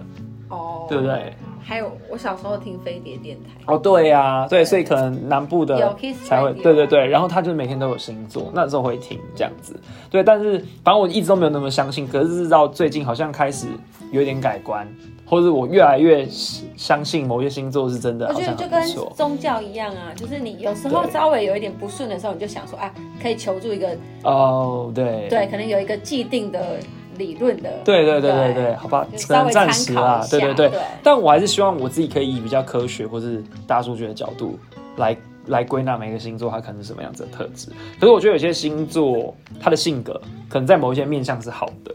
Speaker 2: 哦。
Speaker 1: 对不。对？
Speaker 2: 还有，我小时候听飞碟电台。
Speaker 1: 哦，对呀、对，所以可能南部
Speaker 2: 有
Speaker 1: 的
Speaker 2: Kiss
Speaker 1: 才会，
Speaker 2: Radio
Speaker 1: 对对对，然后他就是每天都有星座，那时候会听这样子，对，但是反正我一直都没有那么相信，可是直到最近好像开始有点改观，或者我越来越相信某些星座是真的，
Speaker 2: 我
Speaker 1: 好
Speaker 2: 觉
Speaker 1: 像
Speaker 2: 得就
Speaker 1: 很不
Speaker 2: 跟
Speaker 1: 错。
Speaker 2: 宗教一样啊，就是你有时候
Speaker 1: 对
Speaker 2: 稍微有一点不顺的时候，你就想说，啊，可以求助一个，
Speaker 1: 哦，对，
Speaker 2: 对，可能有一个既定的理论的，
Speaker 1: 对对对对
Speaker 2: 对
Speaker 1: 对，好吧，
Speaker 2: 就
Speaker 1: 只
Speaker 2: 稍
Speaker 1: 能
Speaker 2: 微
Speaker 1: 暂
Speaker 2: 参
Speaker 1: 时
Speaker 2: 考
Speaker 1: 啦
Speaker 2: 一，下，
Speaker 1: 对对对。
Speaker 2: 对
Speaker 1: 但我还是希望我自己可以以比较科学或是大数据的角度来来归纳每个星座它可能是什么样子的特质。可是我觉得有些星座它的性格可能在某一些面向是好的，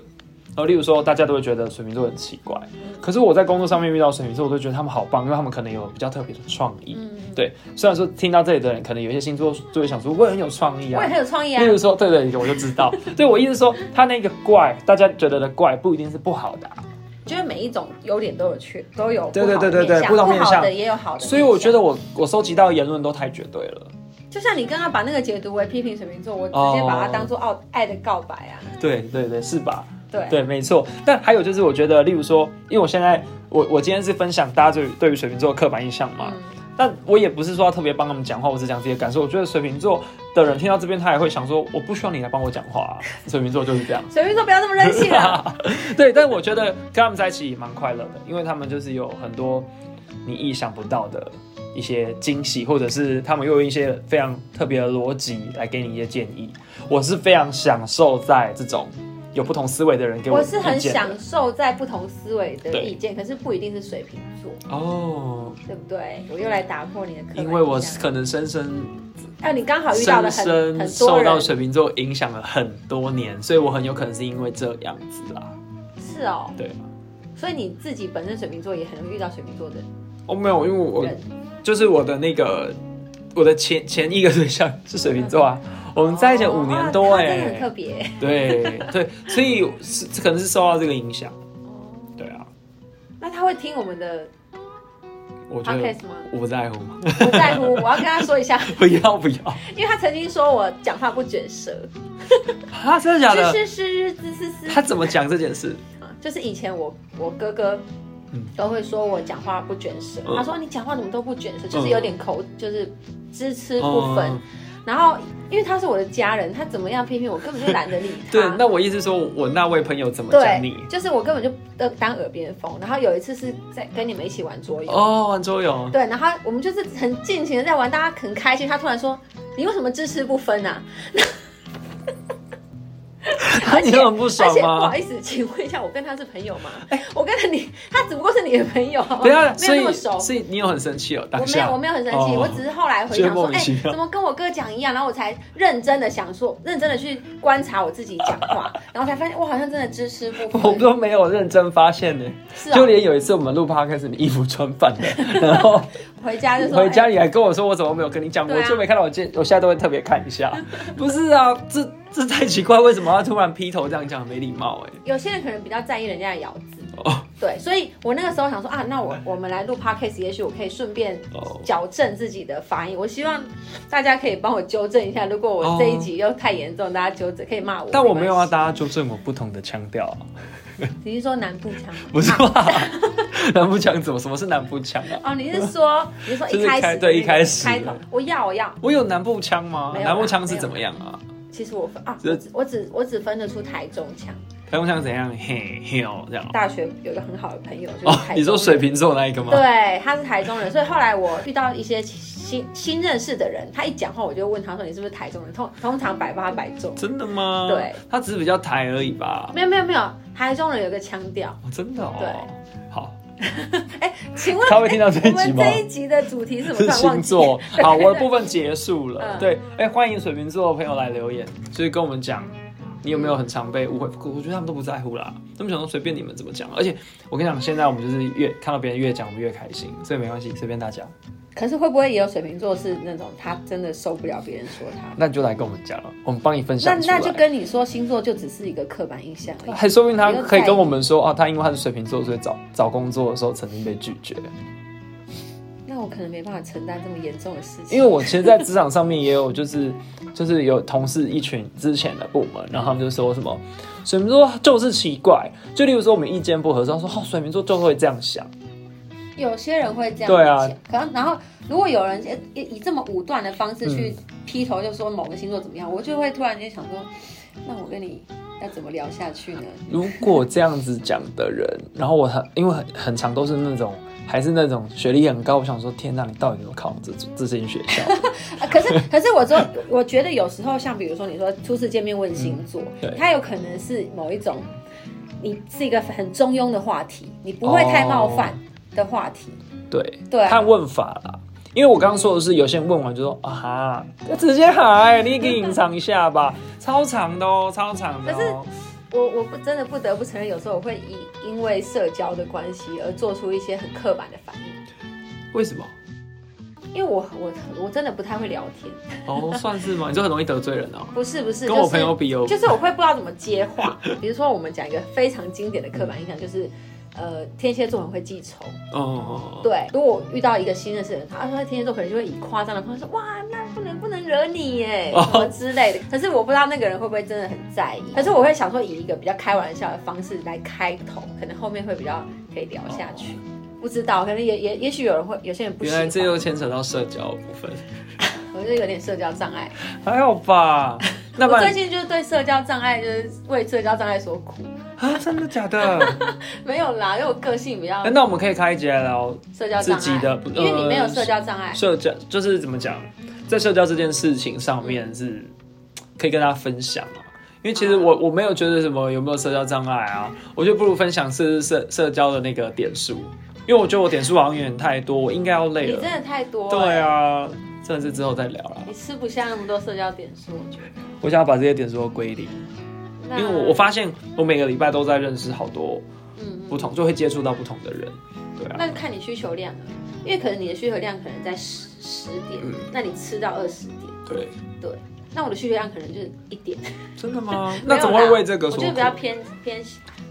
Speaker 1: 呃，例如说大家都会觉得水瓶座很奇怪，可是我在工作上面遇到水瓶座，我都觉得他们好棒，因为他们可能有比较特别的创意。
Speaker 2: 嗯，
Speaker 1: 对，虽然说听到这里的人，可能有一些星座就会想说，我也很有创意啊，
Speaker 2: 我也很有创意啊
Speaker 1: 例。如说，对对，我就知道。对我意思说，他那个怪，大家觉得的怪，不一定是不好的啊、
Speaker 2: 就是每一种优点都有缺，都有
Speaker 1: 对对
Speaker 2: 不好的
Speaker 1: 对对对
Speaker 2: 面相
Speaker 1: 不同面
Speaker 2: 不好
Speaker 1: 相
Speaker 2: 的也有好的面相。
Speaker 1: 所以我觉得我我收集到的言论都太绝对了。
Speaker 2: 就像你刚刚把那个解读为批评水瓶座，我直接把它当做奥爱的告白啊。
Speaker 1: 对对对，是吧？
Speaker 2: 对，
Speaker 1: 对，没错。但还有就是，我觉得，例如说，因为我现在我我今天是分享大家对于对于水瓶座的刻板印象嘛，
Speaker 2: 嗯，
Speaker 1: 但我也不是说要特别帮他们讲话，我只讲自己的感受。我觉得水瓶座的人听到这边，他也会想说，我不需要你来帮我讲话、啊。水瓶座就是这样。
Speaker 2: 水瓶座不要这么任性啊了。
Speaker 1: 对，但我觉得跟他们在一起也蛮快乐的，因为他们就是有很多你意想不到的一些惊喜，或者是他们又有一些非常特别的逻辑来给你一些建议。我是非常享受在这种有不同思维的人给
Speaker 2: 我
Speaker 1: 意
Speaker 2: 是
Speaker 1: 见的。
Speaker 2: 很享受在不同思维的
Speaker 1: 对
Speaker 2: 意见，可是不一定是水瓶座，
Speaker 1: 哦，
Speaker 2: 对不对？我又来打破你的刻板
Speaker 1: 因为我
Speaker 2: 印象
Speaker 1: 可能深深
Speaker 2: 哎，你刚好遇到了
Speaker 1: 深
Speaker 2: 很很
Speaker 1: 深
Speaker 2: 多
Speaker 1: 受
Speaker 2: 人
Speaker 1: 到水瓶座影响了很多年，所以我很有可能是因为这样子啦，
Speaker 2: 是哦，
Speaker 1: 对。
Speaker 2: 所以你自己本身水瓶座也很容易遇到水瓶座的
Speaker 1: 哦，没有，因为我
Speaker 2: 人，
Speaker 1: 就是我的那个我的前前一个对象 是水瓶座啊，我们在一起五年多
Speaker 2: 哇
Speaker 1: 哎、
Speaker 2: 哦他真的很特别。
Speaker 1: 对对，所以是可能是受到这个影响，
Speaker 2: 哦
Speaker 1: 对啊，
Speaker 2: 那他会听我们的
Speaker 1: 我觉得
Speaker 2: podcast 吗？
Speaker 1: 我不在乎，
Speaker 2: 不在乎，我要跟他说一下，
Speaker 1: 不要不要，
Speaker 2: 因为他曾经说我讲话不卷舌，
Speaker 1: 啊，真的假的？
Speaker 2: 是是是是是是，
Speaker 1: 他怎么讲这件事？
Speaker 2: 就是以前我我哥哥
Speaker 1: 嗯
Speaker 2: 都会说我讲话不卷舌，
Speaker 1: 嗯
Speaker 2: 他说你讲话怎么都不卷舌，就是有点口，就是支吃不分。
Speaker 1: 嗯
Speaker 2: 然后因为他是我的家人，他怎么样批评我根本就懒得理他。
Speaker 1: 对，那我意思是说我那位朋友怎么讲你
Speaker 2: 对？，就是我根本就当当耳边风。然后有一次是在跟你们一起玩桌游，
Speaker 1: 哦，玩桌游，
Speaker 2: 对，然后我们就是很尽情的在玩，大家很开心。他突然说：“你为什么支持不分啊？”而且
Speaker 1: 你很不爽
Speaker 2: 而且不
Speaker 1: 吗哎
Speaker 2: 好意思，请问一下，我跟他是朋友吗？我跟他你，他只不过是你的朋友，
Speaker 1: 等一下，
Speaker 2: 没有
Speaker 1: 所
Speaker 2: 那么
Speaker 1: 以
Speaker 2: 熟。
Speaker 1: 啊所以你有很生气哦，
Speaker 2: 我
Speaker 1: 当
Speaker 2: 没
Speaker 1: 下
Speaker 2: 有，我没有很生气，
Speaker 1: 哦
Speaker 2: 我只是后来回
Speaker 1: 觉得
Speaker 2: 想说，
Speaker 1: 莫名
Speaker 2: 哎、
Speaker 1: 其妙
Speaker 2: 怎么跟我哥讲一样？然后我才认真的想说，认真的去观察我自己讲 话，然后才发现我好像真的支持不
Speaker 1: 我
Speaker 2: 分。
Speaker 1: 都没有认真发现呢，
Speaker 2: 是
Speaker 1: 就
Speaker 2: 啊，
Speaker 1: 连有一次我们录 podcast，你衣服穿反了，然 后
Speaker 2: 回家就说
Speaker 1: 回家
Speaker 2: 哎
Speaker 1: 里还跟我说我怎么没有跟你讲，
Speaker 2: 对啊
Speaker 1: 我就没看到。我现我现在都会特别看一下。 不是啊，这这太奇怪，为什么要突然劈头这样讲？没礼 貌哎、
Speaker 2: 有些人可能比较在意人家的咬字。
Speaker 1: 哦
Speaker 2: 对，所以我那个时候想说啊，那我我们来录 podcast，也许我可以顺便
Speaker 1: 哦
Speaker 2: 矫正自己的发音。我希望大家可以帮我纠正一下，如果
Speaker 1: 哦
Speaker 2: 我这一集又太严重，大家纠正可以骂我。
Speaker 1: 但我没有啊要
Speaker 2: 关系，
Speaker 1: 大家纠正我不同的腔调、啊，
Speaker 2: 你是说南部腔吗？
Speaker 1: 不是 吧？南部腔怎么？什么是南部腔啊？
Speaker 2: 哦，你是说你是说
Speaker 1: 就是
Speaker 2: 一开始
Speaker 1: 开
Speaker 2: 的
Speaker 1: 对
Speaker 2: 那个
Speaker 1: 一开始
Speaker 2: 开头，我要我要。
Speaker 1: 我有南部腔吗？
Speaker 2: 没有啦啊
Speaker 1: 南部腔是怎么样啊？
Speaker 2: 其实我分啊，
Speaker 1: 这
Speaker 2: 我只我只我只分得出台中腔。
Speaker 1: 台中腔怎样？嘿嘿哦，这样。
Speaker 2: 啊大学有一个很好的朋友就
Speaker 1: 哦
Speaker 2: 是台中、，
Speaker 1: 你说水。瓶座那一个吗？
Speaker 2: 对，他是台中人，所以后来我遇到一些新新认识的人，他一讲话我就问他说：“你是不是台中人？”通通常百发百中。
Speaker 1: 真的吗？
Speaker 2: 对，
Speaker 1: 他只是比较台而已吧。
Speaker 2: 没有没有没有，台中人有个腔调。哎
Speaker 1: 哦真的哦。好，
Speaker 2: 请问
Speaker 1: 他会听到这
Speaker 2: 我
Speaker 1: 一集
Speaker 2: 们
Speaker 1: 吗？
Speaker 2: 这一集的主题是什么？突
Speaker 1: 是
Speaker 2: 然忘
Speaker 1: 星
Speaker 2: 记
Speaker 1: 座。好，我的部分结束了。
Speaker 2: 嗯
Speaker 1: 对，哎、欢迎水瓶座的朋友来留言，就是跟我们讲，你有没有很常被误会？我我觉得他们都不在乎啦，他们想说随便你们怎么讲。啊而且我跟你讲，现在我们就是越看到别人越讲，我们越开心，所以没关系，随便大家。
Speaker 2: 可是会不会也有水瓶座是那种他真的受不了别人说他？
Speaker 1: 那你就来跟我们讲了，我们帮你分
Speaker 2: 那
Speaker 1: 享出来。
Speaker 2: 那就跟你说，星座就只是一个刻板印象而已。
Speaker 1: 还说不定他可以跟我们说啊，他因为他是水瓶座，所以找找工作的时候曾经被拒绝。
Speaker 2: 那我可能没办法承担这么严重的事情。
Speaker 1: 因为我其实，在职场上面也有，就是就是有同事一群之前的部门，然后他们就说什么水瓶座就是奇怪，就例如说我们意见不合，然后说哦水瓶座就会这样想，
Speaker 2: 有些人会这样
Speaker 1: 对啊
Speaker 2: 讲，可能然后如果有人以以这么武断的方式去
Speaker 1: 嗯
Speaker 2: 劈头就说某个星座怎么样，我就会突然间想说，那我跟你要怎么聊下去呢？
Speaker 1: 如果这样子讲的人，然后我很因为很很长都是那种还是那种学历很高，我想说天哪，你到底有没有考上这这间学校？
Speaker 2: 啊，可是可是我说，我觉得有时候像比如说你说初次见面问星座，
Speaker 1: 嗯对
Speaker 2: 它有可能是某一种，你是一个很中
Speaker 1: 哦
Speaker 2: 庸的话题，你不会太冒犯的话题，
Speaker 1: 对，
Speaker 2: 对啊
Speaker 1: 看问法啦。因为我刚刚说的是，有些人问完就说啊哈，就直接喊，你给隐藏一下吧，超长的哦，超长的、哦。
Speaker 2: 可是我我不真的不得不承认，有时候我会以因为社交的关系而做出一些很刻板的反应，
Speaker 1: 为什么？
Speaker 2: 因为我我我真的不太会聊天，
Speaker 1: 哦，算是 吗？你就很容易得罪人哦。
Speaker 2: 不是不是，
Speaker 1: 跟我
Speaker 2: 就是
Speaker 1: 朋友比哦，
Speaker 2: 就是我会不知道怎么接话。比如说，我们讲一个非常经典的刻板印象，就是呃，天蝎座很会记仇。
Speaker 1: 哦哦哦，
Speaker 2: 对，如果我遇到一个新认识的人，他说他天蝎座可能就会以夸张的方式说，哇，那不能不能惹你耶，
Speaker 1: 哦
Speaker 2: 什么之类的。可是我不知道那个人会不会真的很在意。可是我会想说，以一个比较开玩笑的方式来开头，可能后面会比较可以聊下去。不知道，可能也也也许有人会，有些人不喜
Speaker 1: 哦原
Speaker 2: 欢
Speaker 1: 来，这又牵扯到社交的部分，
Speaker 2: 我就有点社交障碍。
Speaker 1: 还好 吧？那不
Speaker 2: 我最
Speaker 1: 然
Speaker 2: 近就是对社交障碍，就是为社交障碍所苦。
Speaker 1: 啊，真的假的？
Speaker 2: 没有啦，因为我个性比较
Speaker 1: 哎那我们可以开一节来聊
Speaker 2: 社交障碍，
Speaker 1: 自己的不
Speaker 2: 因为你没有
Speaker 1: 呃
Speaker 2: 社交障碍，
Speaker 1: 社交，就是怎么讲，在社交这件事情上面是可以跟大家分享啊。因为其实我我没有觉得什么有没有社交障碍啊，我觉得不如分享是社社交的那个点数，因为我觉得我点数好像有点太多，我应该要累
Speaker 2: 你
Speaker 1: 了
Speaker 2: 真。的太多了。
Speaker 1: 对，啊，真的是之后再聊啦。
Speaker 2: 你吃不下那么多社交点数，我觉得。
Speaker 1: 我想要把这些点数都归零，因
Speaker 2: 那
Speaker 1: 为我我发现我每个礼拜都在认识好多
Speaker 2: 嗯
Speaker 1: 不
Speaker 2: 嗯，
Speaker 1: 同，就会接触到不同的人。对啊，
Speaker 2: 那看你需求量了，因为可能你的需求量可能在十十点，
Speaker 1: 嗯
Speaker 2: 那你吃到二十点，
Speaker 1: 对，
Speaker 2: 对。那我的需求量可能就是一点，
Speaker 1: 真的吗？
Speaker 2: 没有
Speaker 1: 那
Speaker 2: 啦
Speaker 1: 怎么会为这个
Speaker 2: 我
Speaker 1: 所
Speaker 2: 觉得
Speaker 1: 苦
Speaker 2: 比？较偏偏，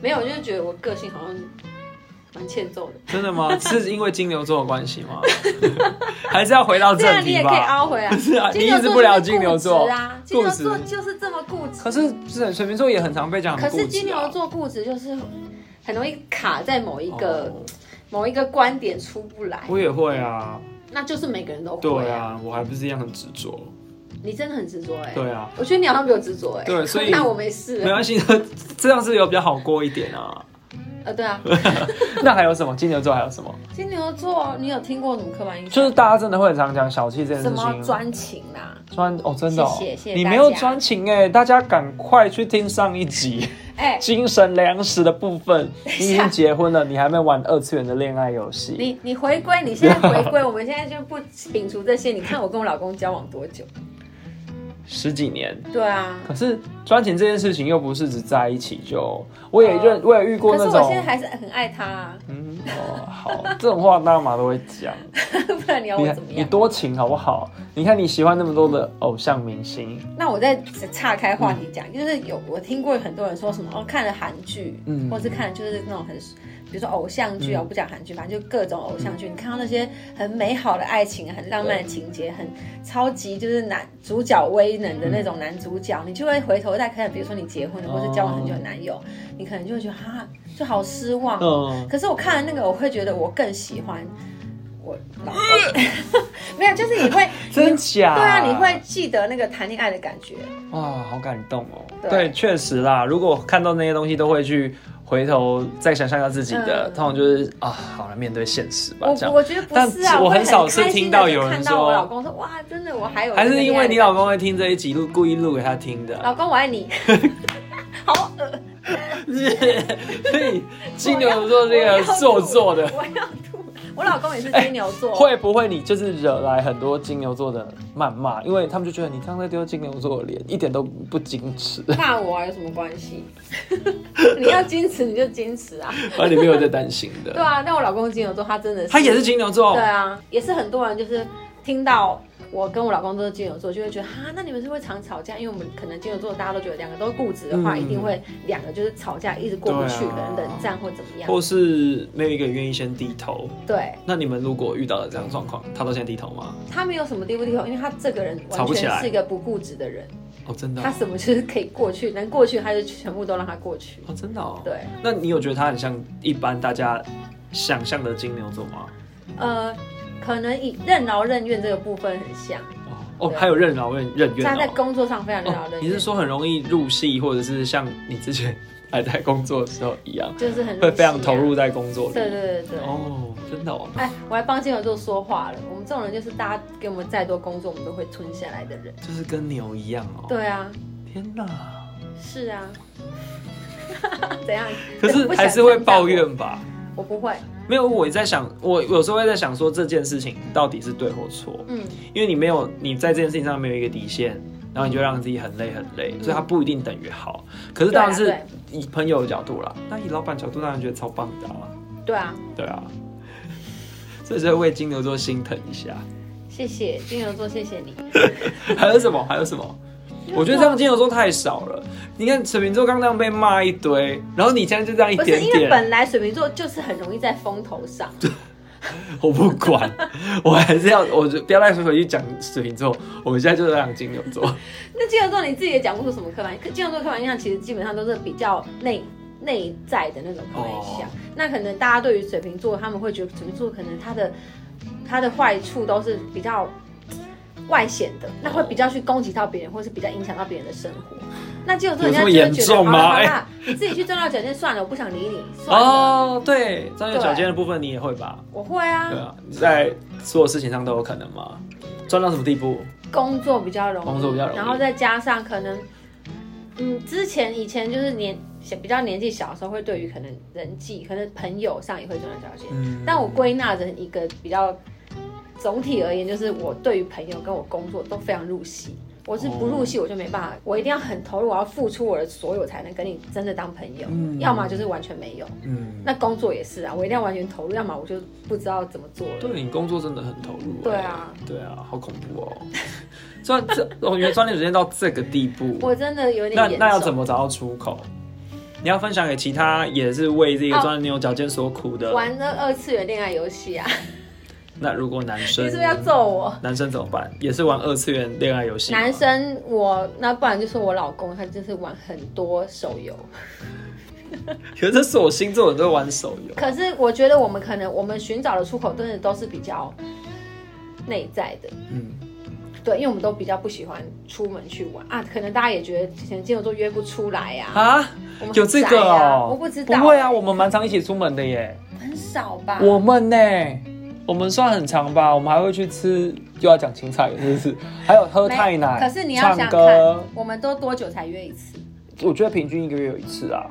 Speaker 2: 没有，我就是觉得我个性好像蛮欠揍的。
Speaker 1: 真的吗？是因为金牛座的关系 吗？还是要回到
Speaker 2: 这样
Speaker 1: 正
Speaker 2: 你
Speaker 1: 题
Speaker 2: 也可以
Speaker 1: 吧？
Speaker 2: 凹回来。
Speaker 1: 是啊，你
Speaker 2: 金
Speaker 1: 抑
Speaker 2: 牛
Speaker 1: 制
Speaker 2: 座
Speaker 1: 不了
Speaker 2: 就是
Speaker 1: 金牛
Speaker 2: 固
Speaker 1: 座
Speaker 2: 执啊，金牛
Speaker 1: 固
Speaker 2: 座
Speaker 1: 执
Speaker 2: 就是这么固执。
Speaker 1: 可是是水瓶座也很常被讲
Speaker 2: 可
Speaker 1: 很固执啊、
Speaker 2: 是金牛座固执就是很容易卡在某一
Speaker 1: 哦
Speaker 2: 个、某一个观点出不来，
Speaker 1: 我也会啊，
Speaker 2: 那就是每个人都会
Speaker 1: 对。啊，我还不是一样很执着，
Speaker 2: 你真的很执着哎。
Speaker 1: 对啊，
Speaker 2: 我觉得你好像比我执着哎。
Speaker 1: 对所以
Speaker 2: 那我没事
Speaker 1: 没。关系， 这样是有比较好过一点啊。
Speaker 2: 呃，对啊，
Speaker 1: 那还有什么？金牛座还有什么？
Speaker 2: 金牛座，你有听过什么刻板印象？
Speaker 1: 就是大家真的会很常讲小气这件
Speaker 2: 什
Speaker 1: 事
Speaker 2: 么
Speaker 1: 情，
Speaker 2: 专情啊？
Speaker 1: 专哦，真的、哦，
Speaker 2: 谢谢谢谢
Speaker 1: 你
Speaker 2: 大
Speaker 1: 没有
Speaker 2: 家
Speaker 1: 专情哎、大家赶快去听上一 集
Speaker 2: 哎、
Speaker 1: 精神粮食的部分。你已
Speaker 2: 下
Speaker 1: 经结婚了，你还没玩二次元的恋爱游戏，
Speaker 2: 你你回归，你现在回归，我们现在就不摒除这些。你看我跟我老公交往多久？
Speaker 1: 十几年。
Speaker 2: 对啊，
Speaker 1: 可是专情这件事情又不是只在一起就，我也认，我也遇过
Speaker 2: 哦可
Speaker 1: 那
Speaker 2: 是
Speaker 1: 种
Speaker 2: 我现在，还是很爱他、啊，
Speaker 1: 嗯哦好，这种话大马都会讲。
Speaker 2: 不然你要
Speaker 1: 你
Speaker 2: 我
Speaker 1: 看
Speaker 2: 怎么
Speaker 1: 你
Speaker 2: 样？
Speaker 1: 多情好不好？你看你喜欢那么多的偶像明星，
Speaker 2: 那我再岔开话题讲，就是有我听过很多人说什么哦，看了韩剧，
Speaker 1: 嗯
Speaker 2: 或是看了就是那种很，比如说偶像剧啊，我不讲韩剧，反正就各种偶像
Speaker 1: 嗯
Speaker 2: 剧，你看到那些很美好的爱情、很浪漫的情节、很超级就是男主角威能的
Speaker 1: 嗯
Speaker 2: 那种男主角，你就会回头再看，比如说
Speaker 1: 哦
Speaker 2: 你结婚了，或是交往很久的男友，你可能就会觉得哈，就好失望。啊
Speaker 1: 嗯，
Speaker 2: 可是我看了那个，我会觉得我更喜欢我 老公，没有，就是你会
Speaker 1: 真假？
Speaker 2: 对啊，你会记得那个谈恋爱的感觉。
Speaker 1: 哇，好感动哦。
Speaker 2: 对
Speaker 1: 对，确实啦，如果看到那些东西，都会去回头再想象一下自己的，
Speaker 2: 嗯
Speaker 1: 通常就是啊，好了，面对现实吧，
Speaker 2: 我
Speaker 1: 这样。
Speaker 2: 我觉得不是啊，
Speaker 1: 但我
Speaker 2: 会
Speaker 1: 很少
Speaker 2: 开
Speaker 1: 是
Speaker 2: 心
Speaker 1: 听
Speaker 2: 地
Speaker 1: 到有人
Speaker 2: 看到我
Speaker 1: 说
Speaker 2: 老公说哇，真的我还有
Speaker 1: 还是因为你
Speaker 2: 老
Speaker 1: 老公会听这一集录，故意录给他听的。
Speaker 2: 老公我爱你，好恶
Speaker 1: 是， 所以金牛座这 个做作的，哎
Speaker 2: 我要吐，我老公也是金牛座，
Speaker 1: 会不会你就是惹来很多金牛座的谩骂？因为他们就觉得你这样在丢金牛座的脸，一点都不矜持。
Speaker 2: 骂我啊有什么关系？ 你要矜持你就矜持啊，
Speaker 1: 而你没有在担心
Speaker 2: 对
Speaker 1: 的，
Speaker 2: 啊，但我老公金牛座，他真的是
Speaker 1: 他也是金牛座
Speaker 2: 对，啊，也是很多人就是听到我跟我老公都是金牛座，就会觉得哈，那你们是会常吵架，因为我们可能金牛座大家都觉得两个都是固执的话，
Speaker 1: 嗯
Speaker 2: 一定会两个就是吵架，一直过不去，
Speaker 1: 对啊
Speaker 2: 可能冷战或怎么样。
Speaker 1: 或是没有一个愿意先低头。
Speaker 2: 对
Speaker 1: 那你们如果遇到了这样的状况，他都先低头吗？
Speaker 2: 他没有什么低不低头，因为他这个人
Speaker 1: 吵
Speaker 2: 完
Speaker 1: 不起
Speaker 2: 全
Speaker 1: 来
Speaker 2: 是一个不固执的人，
Speaker 1: 哦，真的
Speaker 2: 他
Speaker 1: 哦，
Speaker 2: 什么就是可以过去，能过去他就全部都让他过去。
Speaker 1: 哦真的哦。
Speaker 2: 对，
Speaker 1: 那你有觉得他很像一般大家想象的金牛座吗？
Speaker 2: 呃，可能以任劳任怨这个部分很像，
Speaker 1: 哦，
Speaker 2: 对
Speaker 1: 还有任劳任任怨
Speaker 2: 他在
Speaker 1: 哦。
Speaker 2: 工作上非常任劳
Speaker 1: 哦
Speaker 2: 任怨，
Speaker 1: 你是说很容易入戏，或者是像你之前还在工作的时候一样，
Speaker 2: 就是很入
Speaker 1: 会非常
Speaker 2: 戏啊
Speaker 1: 投？入在工作里？
Speaker 2: 对对对对。
Speaker 1: 哦，真的哦。
Speaker 2: 哎，我还帮金牛座说话了。我们这种人就是大家给我们再多工作，我们都会吞下来的人。
Speaker 1: 就是跟牛一样哦。
Speaker 2: 对啊，
Speaker 1: 天哪！
Speaker 2: 是 啊。怎样？
Speaker 1: 可是
Speaker 2: 不想
Speaker 1: 还是会抱怨吧？
Speaker 2: 我不会，
Speaker 1: 没没有，我也在想，我有时候会在想说这件事情到底是对或错，
Speaker 2: 嗯，
Speaker 1: 因为你没有你在这件事情上没有一个底线，然后你就让自己很累很累，所以它不一定等于好。可是当然
Speaker 2: 嗯对
Speaker 1: 是
Speaker 2: 啊
Speaker 1: 以朋友的角度啦，那以老板角度当然觉得超棒的啊，
Speaker 2: 对啊，
Speaker 1: 对啊， 所以就为金牛座心疼一下。
Speaker 2: 谢谢金牛座，谢谢你。
Speaker 1: 还有什么？还有什么？我觉得这样金牛座太少了。你看水瓶座刚刚被骂一堆，然后你现在就这样一
Speaker 2: 不是
Speaker 1: 点
Speaker 2: 因为
Speaker 1: 点，
Speaker 2: 本来水瓶座就是很容易在风头上，
Speaker 1: 我不管， 我还是要，我就不要再说回去讲水瓶座，我们现在就是讲金牛座。
Speaker 2: 那金牛座你自己也讲不出什么刻板，金牛座刻板印象其实基本上都是比较内内在的那种刻板印象。
Speaker 1: 哦
Speaker 2: 那可能大家对于水瓶座，他们会觉得水瓶座可能他的他的坏处都是比较外显的，那会比较去攻击到别人，或是比较影响到别人的生活。那金牛座人家就
Speaker 1: 有
Speaker 2: 会
Speaker 1: 这么
Speaker 2: 觉
Speaker 1: 严
Speaker 2: 得，好
Speaker 1: 重吗
Speaker 2: 啦好啦
Speaker 1: 哎，
Speaker 2: 你自己去赚到钱就算了，我不想理你，算了，
Speaker 1: 哦，对，专业小尖的部分你也会吧？
Speaker 2: 我会啊
Speaker 1: 对啊，你在所有事情上都有可能吗？赚到什么地步？
Speaker 2: 工作比较容易，
Speaker 1: 工作比较容易
Speaker 2: 然后再加上可能，嗯，之前以前就是年比较年纪小的时候，会对于可能人际、可能朋友上也会钻牛角尖。
Speaker 1: 嗯，
Speaker 2: 但我归纳成一个比较总体而言，就是我对于朋友跟我工作都非常入戏。我是不入戏，我就没
Speaker 1: 哦
Speaker 2: 办法，我一定要很投入，我要付出我的所有才能跟你真的当朋友。
Speaker 1: 嗯
Speaker 2: 要么就是完全没有，
Speaker 1: 嗯，
Speaker 2: 那工作也是啊，我一定要完全投入，要么我就不知道怎么做了。
Speaker 1: 对你工作真的很投入、欸
Speaker 2: 对啊，
Speaker 1: 对啊，好恐怖哦！ 专这，我原来专业时间到这个地步，
Speaker 2: 我真的有点
Speaker 1: 那
Speaker 2: 严
Speaker 1: 那要
Speaker 2: 重
Speaker 1: 怎么找到出口？你要分享给其他也是为这个钻牛角尖所苦的。
Speaker 2: 哦玩那二次元恋爱游戏啊？
Speaker 1: 那如果男
Speaker 2: 你
Speaker 1: 生，
Speaker 2: 是不是要揍我？
Speaker 1: 男生怎么办？也是玩二次元恋爱游戏吗？
Speaker 2: 男生我那不然就是我老公，他就是玩很多手游。
Speaker 1: 可是这是我星座人都玩手游，
Speaker 2: 可是我觉得我们可能我们寻找的出口真的都是比较内在的，
Speaker 1: 嗯，
Speaker 2: 对，因为我们都比较不喜欢出门去玩啊。可能大家也觉得之前金牛座约不出来呀、啊，
Speaker 1: 啊，
Speaker 2: 我们很
Speaker 1: 有这个
Speaker 2: 宅啊
Speaker 1: 哦？
Speaker 2: 我不知道，
Speaker 1: 不会啊，我们蛮常一起出门的耶。
Speaker 2: 很少吧？
Speaker 1: 我们呢，我们算很长吧，我们还会去吃，又要讲青菜了，是不 是？还有喝
Speaker 2: 没
Speaker 1: 太奶，
Speaker 2: 可是你要想想
Speaker 1: 唱
Speaker 2: 看
Speaker 1: 歌，，
Speaker 2: 我们都多久才约一次？
Speaker 1: 我觉得平均一个月有一次啊。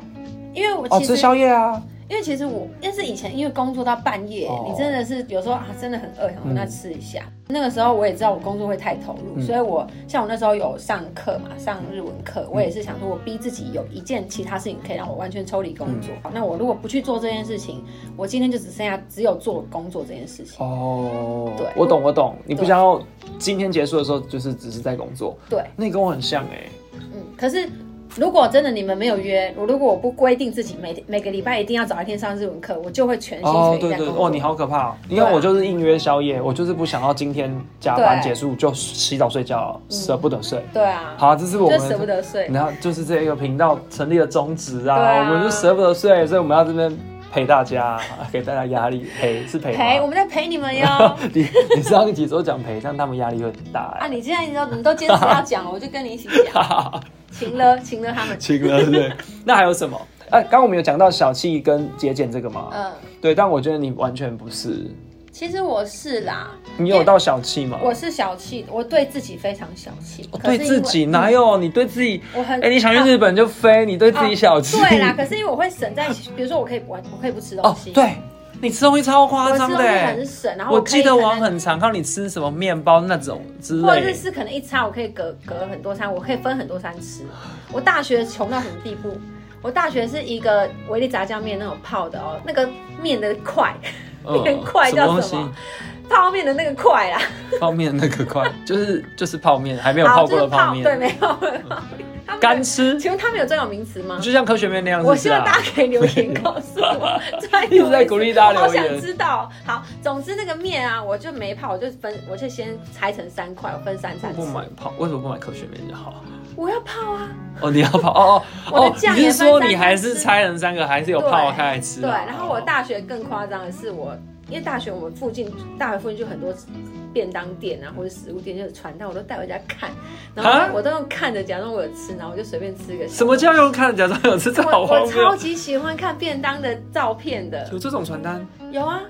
Speaker 2: 因为我
Speaker 1: 哦，
Speaker 2: 其
Speaker 1: 吃
Speaker 2: 实、
Speaker 1: 宵夜啊，
Speaker 2: 因为其实我，但是以前因为工作到半夜，
Speaker 1: 哦
Speaker 2: 你真的是有时候啊，真的很饿，想说
Speaker 1: 嗯
Speaker 2: 那吃一下。那个时候我也知道我工作会太投入，
Speaker 1: 嗯
Speaker 2: 所以我像我那时候有上课嘛，上日文课，
Speaker 1: 嗯
Speaker 2: 我也是想说，我逼自己有一件其他事情可以让我完全抽离工作。
Speaker 1: 嗯
Speaker 2: 那我如果不去做这件事情，我今天就只剩下只有做工作这件事情。
Speaker 1: 哦，
Speaker 2: 对
Speaker 1: 我懂我懂，你不
Speaker 2: 对
Speaker 1: 想要今天结束的时候就是只是在工作，
Speaker 2: 对，
Speaker 1: 那你跟我很像哎、
Speaker 2: 嗯，可是。如果真的你们没有约，我如果我不规定自己每每个礼拜一定要找一天上日文课，我就会全心
Speaker 1: 哦，
Speaker 2: 全意
Speaker 1: 对
Speaker 2: 在工
Speaker 1: 对，
Speaker 2: 作。
Speaker 1: 哦，你好可怕、哦！你
Speaker 2: 对
Speaker 1: 看
Speaker 2: 啊
Speaker 1: 我就是硬约宵夜，我就是不想要今天加班
Speaker 2: 对
Speaker 1: 结束就洗澡睡觉，舍不得睡。
Speaker 2: 对啊，
Speaker 1: 好，这是我
Speaker 2: 就
Speaker 1: 们
Speaker 2: 舍不得睡。
Speaker 1: 然后就是这一个频道成立的宗旨啊，
Speaker 2: 对啊
Speaker 1: 我们就舍不得睡，所以我们要这边陪大家， 给大家压力，陪是陪吗
Speaker 2: 陪，我们在陪你们哟。
Speaker 1: 你你上一集时候讲陪，但他们压力会很大
Speaker 2: 啊，
Speaker 1: 哎、
Speaker 2: 你现在你都你都坚持要讲了，我就跟你一起讲，请了，请了他们。
Speaker 1: 亲了，对不对？那还有什么？哎、刚刚我们有讲到小气跟节俭这个吗？
Speaker 2: 嗯，
Speaker 1: 对，但我觉得你完全不是，
Speaker 2: 其实我是啦，
Speaker 1: 你有到小气吗？
Speaker 2: 我是小气，我对自己非常小气。
Speaker 1: 我哦
Speaker 2: 可
Speaker 1: 对
Speaker 2: 是因为嗯
Speaker 1: 自己哪？有？你对自己，
Speaker 2: 我很
Speaker 1: 哎、你想去日本就飞，你对自己小气。
Speaker 2: 啊对啦，可是因为我会省在，比如说我可以我我可以不吃东
Speaker 1: 哦
Speaker 2: 西，，，
Speaker 1: 对，你吃东西超夸
Speaker 2: 我吃
Speaker 1: 张
Speaker 2: 东
Speaker 1: 的、
Speaker 2: 西
Speaker 1: 哎
Speaker 2: 很省，然后
Speaker 1: 我
Speaker 2: 可以
Speaker 1: 记得我
Speaker 2: 可能
Speaker 1: 很常看你吃什么面包那种之
Speaker 2: 或
Speaker 1: 类
Speaker 2: 者
Speaker 1: 的，
Speaker 2: 是可能一餐我可以隔隔很多餐，我可以分很多餐吃。我大学穷到什么地步？我大学是一个维力炸酱面那种泡的哦，那个面的块，
Speaker 1: 嗯
Speaker 2: 变快叫
Speaker 1: 东
Speaker 2: 什么
Speaker 1: 西？
Speaker 2: 泡面的那个块啦，
Speaker 1: 泡面那个快，就是就是泡面，还没有
Speaker 2: 好，
Speaker 1: 泡
Speaker 2: 就
Speaker 1: 过
Speaker 2: 是
Speaker 1: 的泡面，
Speaker 2: 对， 没有没有泡面。他们
Speaker 1: 干吃，
Speaker 2: 请问他们有专有名词吗？
Speaker 1: 就像科学面那样，是
Speaker 2: 我
Speaker 1: 不
Speaker 2: 希
Speaker 1: 是
Speaker 2: 望
Speaker 1: 啊？
Speaker 2: 大家可以留言告诉我，专有名词
Speaker 1: 一直在鼓励大家
Speaker 2: 我好
Speaker 1: 留言
Speaker 2: 想知道。好，总之那个面啊，我就没泡，我就分，我就先拆成三块，我分三
Speaker 1: 为
Speaker 2: 餐
Speaker 1: 什
Speaker 2: 吃
Speaker 1: 么不。买泡，为什么不买科学面就好？
Speaker 2: 我要泡啊，
Speaker 1: 哦，你要泡哦哦
Speaker 2: 我
Speaker 1: 哦
Speaker 2: 的，酱
Speaker 1: 你
Speaker 2: 也
Speaker 1: 是
Speaker 2: 分
Speaker 1: 说
Speaker 2: 三
Speaker 1: 你还是
Speaker 2: 餐吃
Speaker 1: 拆成三个，还是有泡开来吃啊？
Speaker 2: 对。然后我
Speaker 1: 哦
Speaker 2: 大学更夸张的是我，因为大学我们附近，大学附近就很多便当店啊，或者食物店，就是传单，我都带回家看，然
Speaker 1: 啊
Speaker 2: 后我都用看着假装我有吃，然后我就随便吃个小。
Speaker 1: 什么叫用看假装有吃，这
Speaker 2: 我
Speaker 1: 好荒
Speaker 2: 我超
Speaker 1: 谬。
Speaker 2: 级喜欢看便当的照片的，
Speaker 1: 有这种传单？
Speaker 2: 有啊，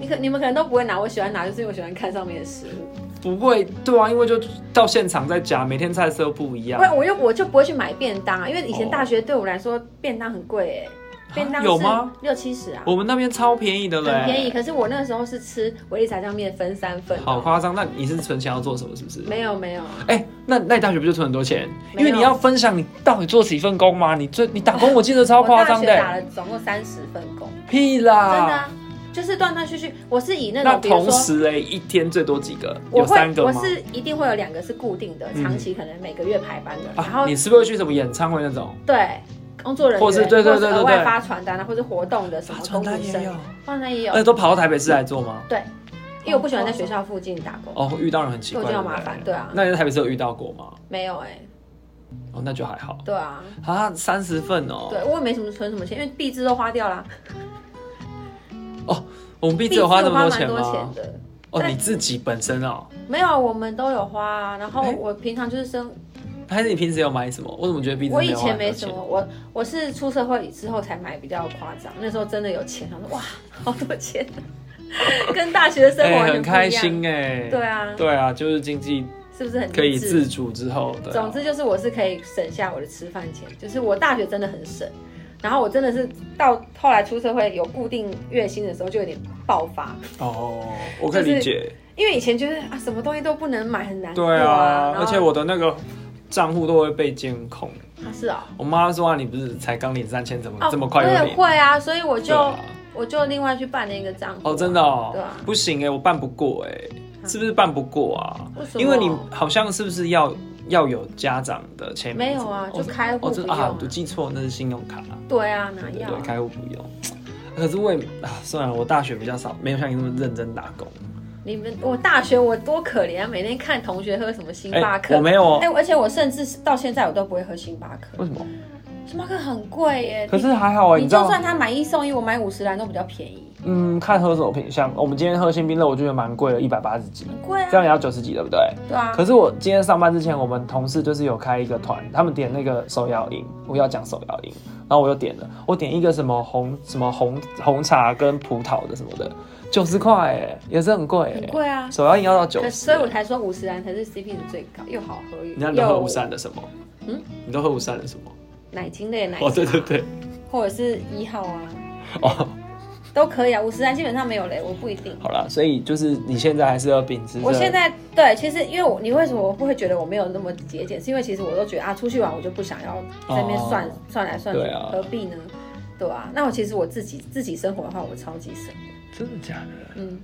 Speaker 2: 你可你们可能都不会拿，我喜欢拿，就是因为我喜欢看上面的食物。
Speaker 1: 不会，对啊，因为就到现场再夹，每天菜色又不一样
Speaker 2: 不。然我又我就不会去买便当啊，因为以前
Speaker 1: 哦啊
Speaker 2: 大学对我来说便当很贵哎、便当
Speaker 1: 有吗？
Speaker 2: 六七十啊，
Speaker 1: 我们那边超便宜的嘞，
Speaker 2: 很便宜。可是我那个时候是吃维力炸酱面分三份哦，
Speaker 1: 好夸张。那你是存钱要做什么？是不是？
Speaker 2: 没有没有，
Speaker 1: 哎、那那你大学不就存很多钱？
Speaker 2: 没
Speaker 1: 因
Speaker 2: 有
Speaker 1: 为你要分享你到底做几份工嘛。你最你打工，我记得超
Speaker 2: 我
Speaker 1: 夸
Speaker 2: 大
Speaker 1: 张
Speaker 2: 学
Speaker 1: 的、欸
Speaker 2: 打了总共三十份工，
Speaker 1: 屁
Speaker 2: 真的
Speaker 1: 啦！
Speaker 2: 啊，就是断断续续。我是啊以那
Speaker 1: 那
Speaker 2: 种比如
Speaker 1: 同
Speaker 2: 说。
Speaker 1: 时哎、一天最多几个？
Speaker 2: 我
Speaker 1: 有
Speaker 2: 会
Speaker 1: 三，个
Speaker 2: 我
Speaker 1: 吗？
Speaker 2: 是一定会有两个是固定的，
Speaker 1: 嗯
Speaker 2: 长期可能每个月排班的，然
Speaker 1: 啊，
Speaker 2: 后
Speaker 1: 你是不是会去什么演唱会那种？
Speaker 2: 对工作人员，
Speaker 1: 或是对对对对
Speaker 2: 额外
Speaker 1: 对
Speaker 2: 发传单啊，或是活动的什么
Speaker 1: 啊传
Speaker 2: 公
Speaker 1: 单
Speaker 2: 益
Speaker 1: 也
Speaker 2: 生
Speaker 1: 有，，
Speaker 2: 传单也有
Speaker 1: 而，且都跑到台北市来做吗？
Speaker 2: 对，因为我不喜欢在学校附近打工，
Speaker 1: 哦，遇到人很奇
Speaker 2: 就
Speaker 1: 怪，
Speaker 2: 我觉得
Speaker 1: 对不
Speaker 2: 好麻
Speaker 1: 对
Speaker 2: 烦，对啊，
Speaker 1: 那你在台北市有遇到过吗？
Speaker 2: 没有哎，
Speaker 1: 哦，那就还好。
Speaker 2: 对啊，
Speaker 1: 啊，三十份哦。
Speaker 2: 对我也没什么存什么钱，因为币资都花掉啦，
Speaker 1: 我们毕
Speaker 2: 币
Speaker 1: 志有花那么
Speaker 2: 蛮
Speaker 1: 钱
Speaker 2: 多钱
Speaker 1: 吗？
Speaker 2: 的，
Speaker 1: 哦，
Speaker 2: 但
Speaker 1: 你自己本身哦，
Speaker 2: 没有，我们都有花啊，然后
Speaker 1: 哎
Speaker 2: 我平常就是生，
Speaker 1: 还是你平时有买什么？我怎么觉得毕志
Speaker 2: 我
Speaker 1: 没
Speaker 2: 以
Speaker 1: 有花
Speaker 2: 前
Speaker 1: 很
Speaker 2: 没
Speaker 1: 多
Speaker 2: 什
Speaker 1: 钱
Speaker 2: 么，？我我是出社会之后才买比较夸张，那时候真的有钱，想说哇，好多钱，跟大学的生活完
Speaker 1: 哎，
Speaker 2: 全
Speaker 1: 很
Speaker 2: 不一样
Speaker 1: 开，心哎。
Speaker 2: 对啊，
Speaker 1: 对啊，就是经济
Speaker 2: 是不是很
Speaker 1: 可以
Speaker 2: 励志
Speaker 1: 自主之后，对啊
Speaker 2: 总之就是我是可以省下我的吃饭钱，就是我大学真的很省，然后我真的是到后来出社会有固定月薪的时候就有点爆发，
Speaker 1: 哦，我可以
Speaker 2: 就是
Speaker 1: 理解。
Speaker 2: 因为以前就是啊什么东西都不能买，很难过
Speaker 1: 对啊，
Speaker 2: 然后
Speaker 1: 而且我的那个账户都会被监控。
Speaker 2: 啊是啊、
Speaker 1: 我妈说啊，你不是才刚领三千，怎么
Speaker 2: 哦，
Speaker 1: 这么快就
Speaker 2: 我也
Speaker 1: 领？
Speaker 2: 会啊，所以我就、
Speaker 1: 对啊
Speaker 2: 我就另外去办了一个账户啊、
Speaker 1: 哦，真的哦
Speaker 2: 对啊，嗯
Speaker 1: 不行哎，我办不过哎，是不是办不过啊？
Speaker 2: 为什么
Speaker 1: 因为你好像是不是要要有家长的签名
Speaker 2: 没
Speaker 1: 什
Speaker 2: 有
Speaker 1: 么
Speaker 2: 啊
Speaker 1: 的？，
Speaker 2: 就开户
Speaker 1: 哦，
Speaker 2: 不
Speaker 1: 真
Speaker 2: 用、
Speaker 1: 的啊，我记错，那是信用卡，
Speaker 2: 对啊，哪
Speaker 1: 对对
Speaker 2: 要
Speaker 1: 对，
Speaker 2: 啊？
Speaker 1: 开户不用。可是我也啊，算了，我大学比较少，没有像你那么认真打工。
Speaker 2: 你们我大学我多可怜啊，每天看同学喝什么星巴克。
Speaker 1: 我没有哦
Speaker 2: 哎、，而且我甚至到现在我都不会喝星巴克，
Speaker 1: 为什么？
Speaker 2: 星巴克很贵耶。
Speaker 1: 可是还好哎，
Speaker 2: 你
Speaker 1: 知道
Speaker 2: 就算他买一送一，我买五十兰都比较便宜，
Speaker 1: 嗯，看喝什么品相。我们今天喝新冰乐，我就觉得蛮贵的，一百八十几，
Speaker 2: 很贵
Speaker 1: 这样
Speaker 2: 啊，
Speaker 1: 也要九十几，对不对？
Speaker 2: 对啊
Speaker 1: 可。是我今天上班之前，我们同事就是有开一个团，他们点那个手摇饮，我要讲手摇饮，然后我又点了，我点一个什么红什么红红茶跟葡萄的什么的，九十块哎，也是很贵
Speaker 2: 很
Speaker 1: 哎，
Speaker 2: 贵啊。
Speaker 1: 手摇饮要到九
Speaker 2: 可
Speaker 1: 十，
Speaker 2: 所以我才说五十兰才是 CP 值最高，又好喝
Speaker 1: 你看
Speaker 2: 又
Speaker 1: 你都喝
Speaker 2: 又
Speaker 1: 五三的什么？
Speaker 2: 嗯
Speaker 1: 嗯，你都喝五三的什么？
Speaker 2: 奶精类的奶茶，
Speaker 1: 哦，对对对，
Speaker 2: 或者是一号啊，
Speaker 1: 哦，
Speaker 2: 都可以啊。五十兰基本上没有嘞，我不一定。
Speaker 1: 好啦，所以就是你现在还是要秉持着，
Speaker 2: 我现在对，其实因为我你为什么我会觉得我没有那么节俭，是因为其实我都觉得啊，出去玩我就不想要在那边算、
Speaker 1: 哦
Speaker 2: 算来算去，
Speaker 1: 对啊
Speaker 2: 何必呢？对啊，那我其实我自己自己生活的话，我超级省。
Speaker 1: 真的假的？
Speaker 2: 嗯，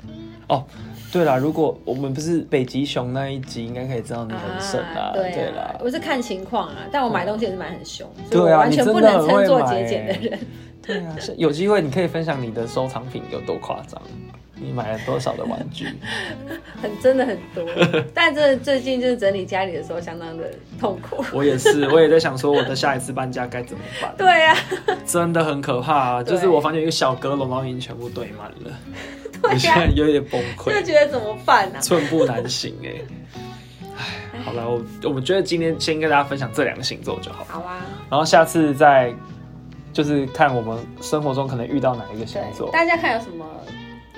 Speaker 1: 对啦，如果我们不是北极熊那一集，应该可以知道你很省啦，
Speaker 2: 啊对
Speaker 1: 对
Speaker 2: 啊
Speaker 1: 啦，
Speaker 2: 我是看情况啊，但我买东西也是买很凶，所以我
Speaker 1: 对啊
Speaker 2: 完全
Speaker 1: 你真
Speaker 2: 不
Speaker 1: 的
Speaker 2: 能
Speaker 1: 很
Speaker 2: 称
Speaker 1: 会
Speaker 2: 作
Speaker 1: 买
Speaker 2: 节俭的
Speaker 1: 欸
Speaker 2: 人。
Speaker 1: 对啊，是有机会你可以分享你的收藏品有多夸张，你买了多少的玩具？
Speaker 2: 很真的很多，但这最近就是整理家里的时候相当的痛苦。
Speaker 1: 我也是，我也在想说我的下一次搬家该怎么办，
Speaker 2: 对啊，
Speaker 1: 真的很可怕啊！
Speaker 2: 对
Speaker 1: 就是我房间有一个小阁楼，然后已经全部堆满了，
Speaker 2: 对啊
Speaker 1: 我现在有点崩
Speaker 2: 就
Speaker 1: 溃，
Speaker 2: 觉得怎么办 啊？
Speaker 1: 寸步难行哎、唉好了，我我们觉得今天先跟大家分享这两个星座就好，
Speaker 2: 好啊，
Speaker 1: 然后下次再就是看我们生活中可能遇到哪一个星
Speaker 2: 对，
Speaker 1: 座。
Speaker 2: 大家看有什么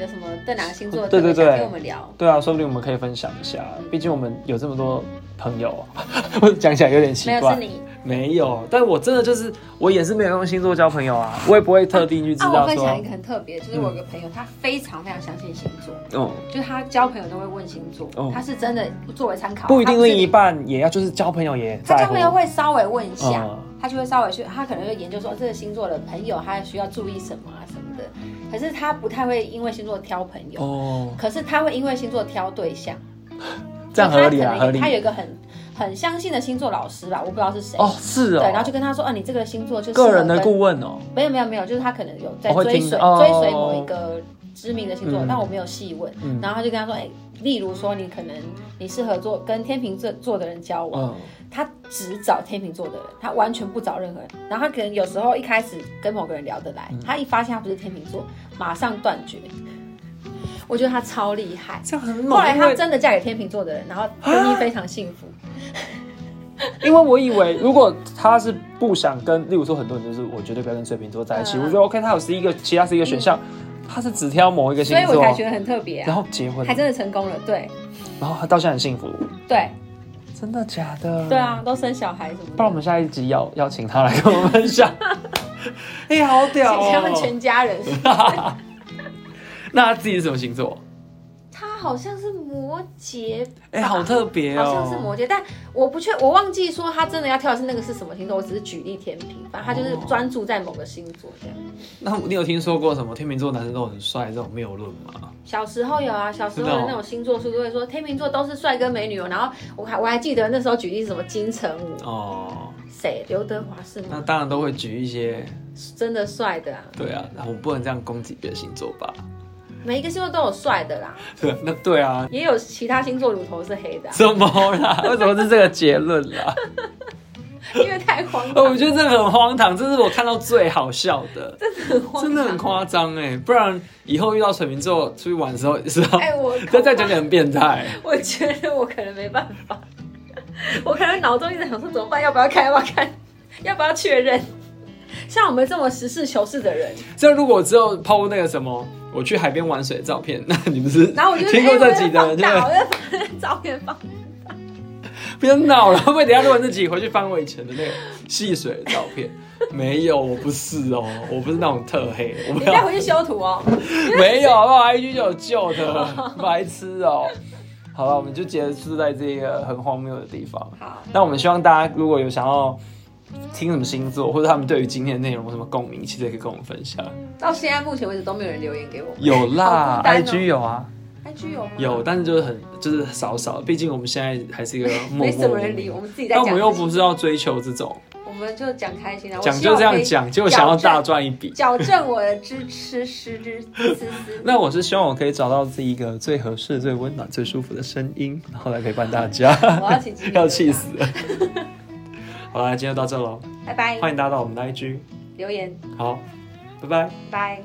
Speaker 2: 有什么对哪个星座
Speaker 1: 对对
Speaker 2: 特别想
Speaker 1: 对
Speaker 2: 跟我们聊。
Speaker 1: 对啊，说不定我们可以分享一下，毕竟我们有这么多朋友，啊 我讲起来有点奇
Speaker 2: 没有
Speaker 1: 怪
Speaker 2: 是。你
Speaker 1: 没有，但我真的就是我也是没有用星座交朋友啊，我也不会特地去知
Speaker 2: 啊！我
Speaker 1: 道
Speaker 2: 分
Speaker 1: 说，
Speaker 2: 享一个很特别，就是我有个朋友，他非常非常相信星座，
Speaker 1: 嗯，
Speaker 2: 就是他交朋友都会问星座，
Speaker 1: 哦
Speaker 2: 他是真的作为参考，
Speaker 1: 不一定另一
Speaker 2: 他
Speaker 1: 半也要，就是交朋友也
Speaker 2: 不是。他
Speaker 1: 在
Speaker 2: 交
Speaker 1: 乎
Speaker 2: 朋。友会稍微问一下，
Speaker 1: 嗯
Speaker 2: 他就会稍微去，他可能会研究说这个星座的朋友他需要注意什么啊什么的。可是他不太会因为星座挑朋友，
Speaker 1: 哦，
Speaker 2: 可是他会因为星座挑对象。
Speaker 1: 这样合理
Speaker 2: 就
Speaker 1: 啊，
Speaker 2: 他
Speaker 1: 合
Speaker 2: 可能
Speaker 1: 理
Speaker 2: 他。有一个很很相信的星座老师吧，我不知道是谁。
Speaker 1: 哦，是
Speaker 2: 对，
Speaker 1: 哦，
Speaker 2: 然后就跟他说，啊，你这个星座就是
Speaker 1: 个人的
Speaker 2: 故。
Speaker 1: 顾问哦，
Speaker 2: 没有没有没有，就是他可能有在
Speaker 1: 哦会
Speaker 2: 追
Speaker 1: 听
Speaker 2: 随、
Speaker 1: 哦
Speaker 2: 追随某一个知名的星座，
Speaker 1: 嗯
Speaker 2: 但我没有细问。
Speaker 1: 嗯
Speaker 2: 然后他就跟他说，哎、例如说你可能你适合做跟天秤座座的人交往，
Speaker 1: 嗯，
Speaker 2: 他只找天秤座的人，他完全不找任何人。然后他可能有时候一开始跟某个人聊得来，
Speaker 1: 嗯
Speaker 2: 他一发现他不是天秤座，马上断绝。我觉得他超厉害。
Speaker 1: 这样很
Speaker 2: 后
Speaker 1: 猛。
Speaker 2: 来
Speaker 1: 因
Speaker 2: 她
Speaker 1: 为
Speaker 2: 真的嫁给天秤座的人，然后婚
Speaker 1: 啊
Speaker 2: 姻非常幸福。
Speaker 1: 因为我以为如果他是不想跟，例如说很多人就是我绝对不要跟水瓶座在一起，
Speaker 2: 嗯
Speaker 1: 我觉得 OK，他有十一个，其他十一个选项，他是只挑某一个星
Speaker 2: 所以我
Speaker 1: 座
Speaker 2: 才，觉得很特别、
Speaker 1: 然
Speaker 2: 啊，
Speaker 1: 后结婚
Speaker 2: 还，真的成功了。对
Speaker 1: 然后他到现在很幸福，
Speaker 2: 对
Speaker 1: 真的假的？
Speaker 2: 对啊，都生小孩什么
Speaker 1: 不然我
Speaker 2: 的。
Speaker 1: 们下一集要邀请他来跟我们分享。哎、好屌
Speaker 2: 他们
Speaker 1: 哦！
Speaker 2: 全家人，
Speaker 1: 那他自己是什么星座？
Speaker 2: 他好像是摩羯
Speaker 1: 哎、好特别哦！
Speaker 2: 好像是摩羯，但我不确，我忘记说他真的要跳的是那个是什么星座，我只是举例天平，反正他就是专注在某个星座这样。
Speaker 1: 那你有听说过什么天秤座男生都很帅这种谬论吗？
Speaker 2: 小时候有啊，小时
Speaker 1: 真
Speaker 2: 候
Speaker 1: 的哦
Speaker 2: 的那种星座书都会说天秤座都是帅哥美女哦。然后我还我还记得那时候举例是什么金城武，
Speaker 1: 哦，
Speaker 2: 谁刘德华是
Speaker 1: 那
Speaker 2: 吗？
Speaker 1: 当然都会举一些，
Speaker 2: 真的帅的啊，
Speaker 1: 对啊，我不能这样攻击别的星座吧？
Speaker 2: 每一个星座都有帅的啦，
Speaker 1: 对，那对啊，
Speaker 2: 也有其他星座乳头是黑的 啊、
Speaker 1: 怎么啦？为什么是这个结论啊啦？
Speaker 2: 因为太荒
Speaker 1: 哦我
Speaker 2: 唐，
Speaker 1: 觉得这个很荒唐，这是我看到最好笑的，
Speaker 2: 很荒唐
Speaker 1: 真的很夸张哎！不然以后遇到水瓶座出去玩的时候，知 道
Speaker 2: 哎、我
Speaker 1: 再再讲讲很变态。
Speaker 2: 我觉得我可能没办法， 我可能脑中一直想说怎么办，要不要看，要不要看， 要不要确认。像我们这么实事求是的人，
Speaker 1: 这如果只有抛那个什么，我去海边玩水的照片， 那你不是
Speaker 2: 然后我就
Speaker 1: 听过这集
Speaker 2: 集
Speaker 1: 的
Speaker 2: 我
Speaker 1: 人，
Speaker 2: 就
Speaker 1: 对不
Speaker 2: 把
Speaker 1: 对？
Speaker 2: 那照片放，
Speaker 1: 不要闹了，会不会等一下录完这集回去翻我以前的那个戏水的照片？没有，我不是哦，我不是那种特黑，我
Speaker 2: 你
Speaker 1: 没
Speaker 2: 再
Speaker 1: 有，
Speaker 2: 回去修图哦。
Speaker 1: 没有，好不好？IG 就有旧 的，白痴哦。好了，我们就结束在这个很荒谬的地方。
Speaker 2: 好，
Speaker 1: 那我们希望大家如果有想要听什么星座，或者他们对于今天的内容有什么共鸣，其实也可以跟我们分享。
Speaker 2: 到现在目前为止都没有人留言给我们。
Speaker 1: 有啦
Speaker 2: 好孤单哦
Speaker 1: ，IG 有啊，
Speaker 2: IG 有吗？
Speaker 1: 有，，但是就是很就是少少，毕竟我们现在还是一个默默
Speaker 2: 没什么
Speaker 1: 无
Speaker 2: 人
Speaker 1: 名
Speaker 2: 理我们自己在
Speaker 1: 但
Speaker 2: 讲
Speaker 1: 我
Speaker 2: 自己。
Speaker 1: 们又不是要追求这种
Speaker 2: 我们就讲开心啊的。我
Speaker 1: 讲
Speaker 2: 希
Speaker 1: 就
Speaker 2: 望
Speaker 1: 这样
Speaker 2: 可以
Speaker 1: 讲，结果想要大赚一笔。
Speaker 2: 矫正我的知吃失之思思。
Speaker 1: 那我是希望我可以找到自己一个最合适、最温暖、最舒服的声音，然后来陪伴大家。
Speaker 2: 我要起鸡皮疙瘩
Speaker 1: 要气死 了！好啦，今天就到这喽，
Speaker 2: 拜拜，
Speaker 1: 欢迎大家到我们的 IG，
Speaker 2: 留言，
Speaker 1: 好，拜拜。
Speaker 2: 拜。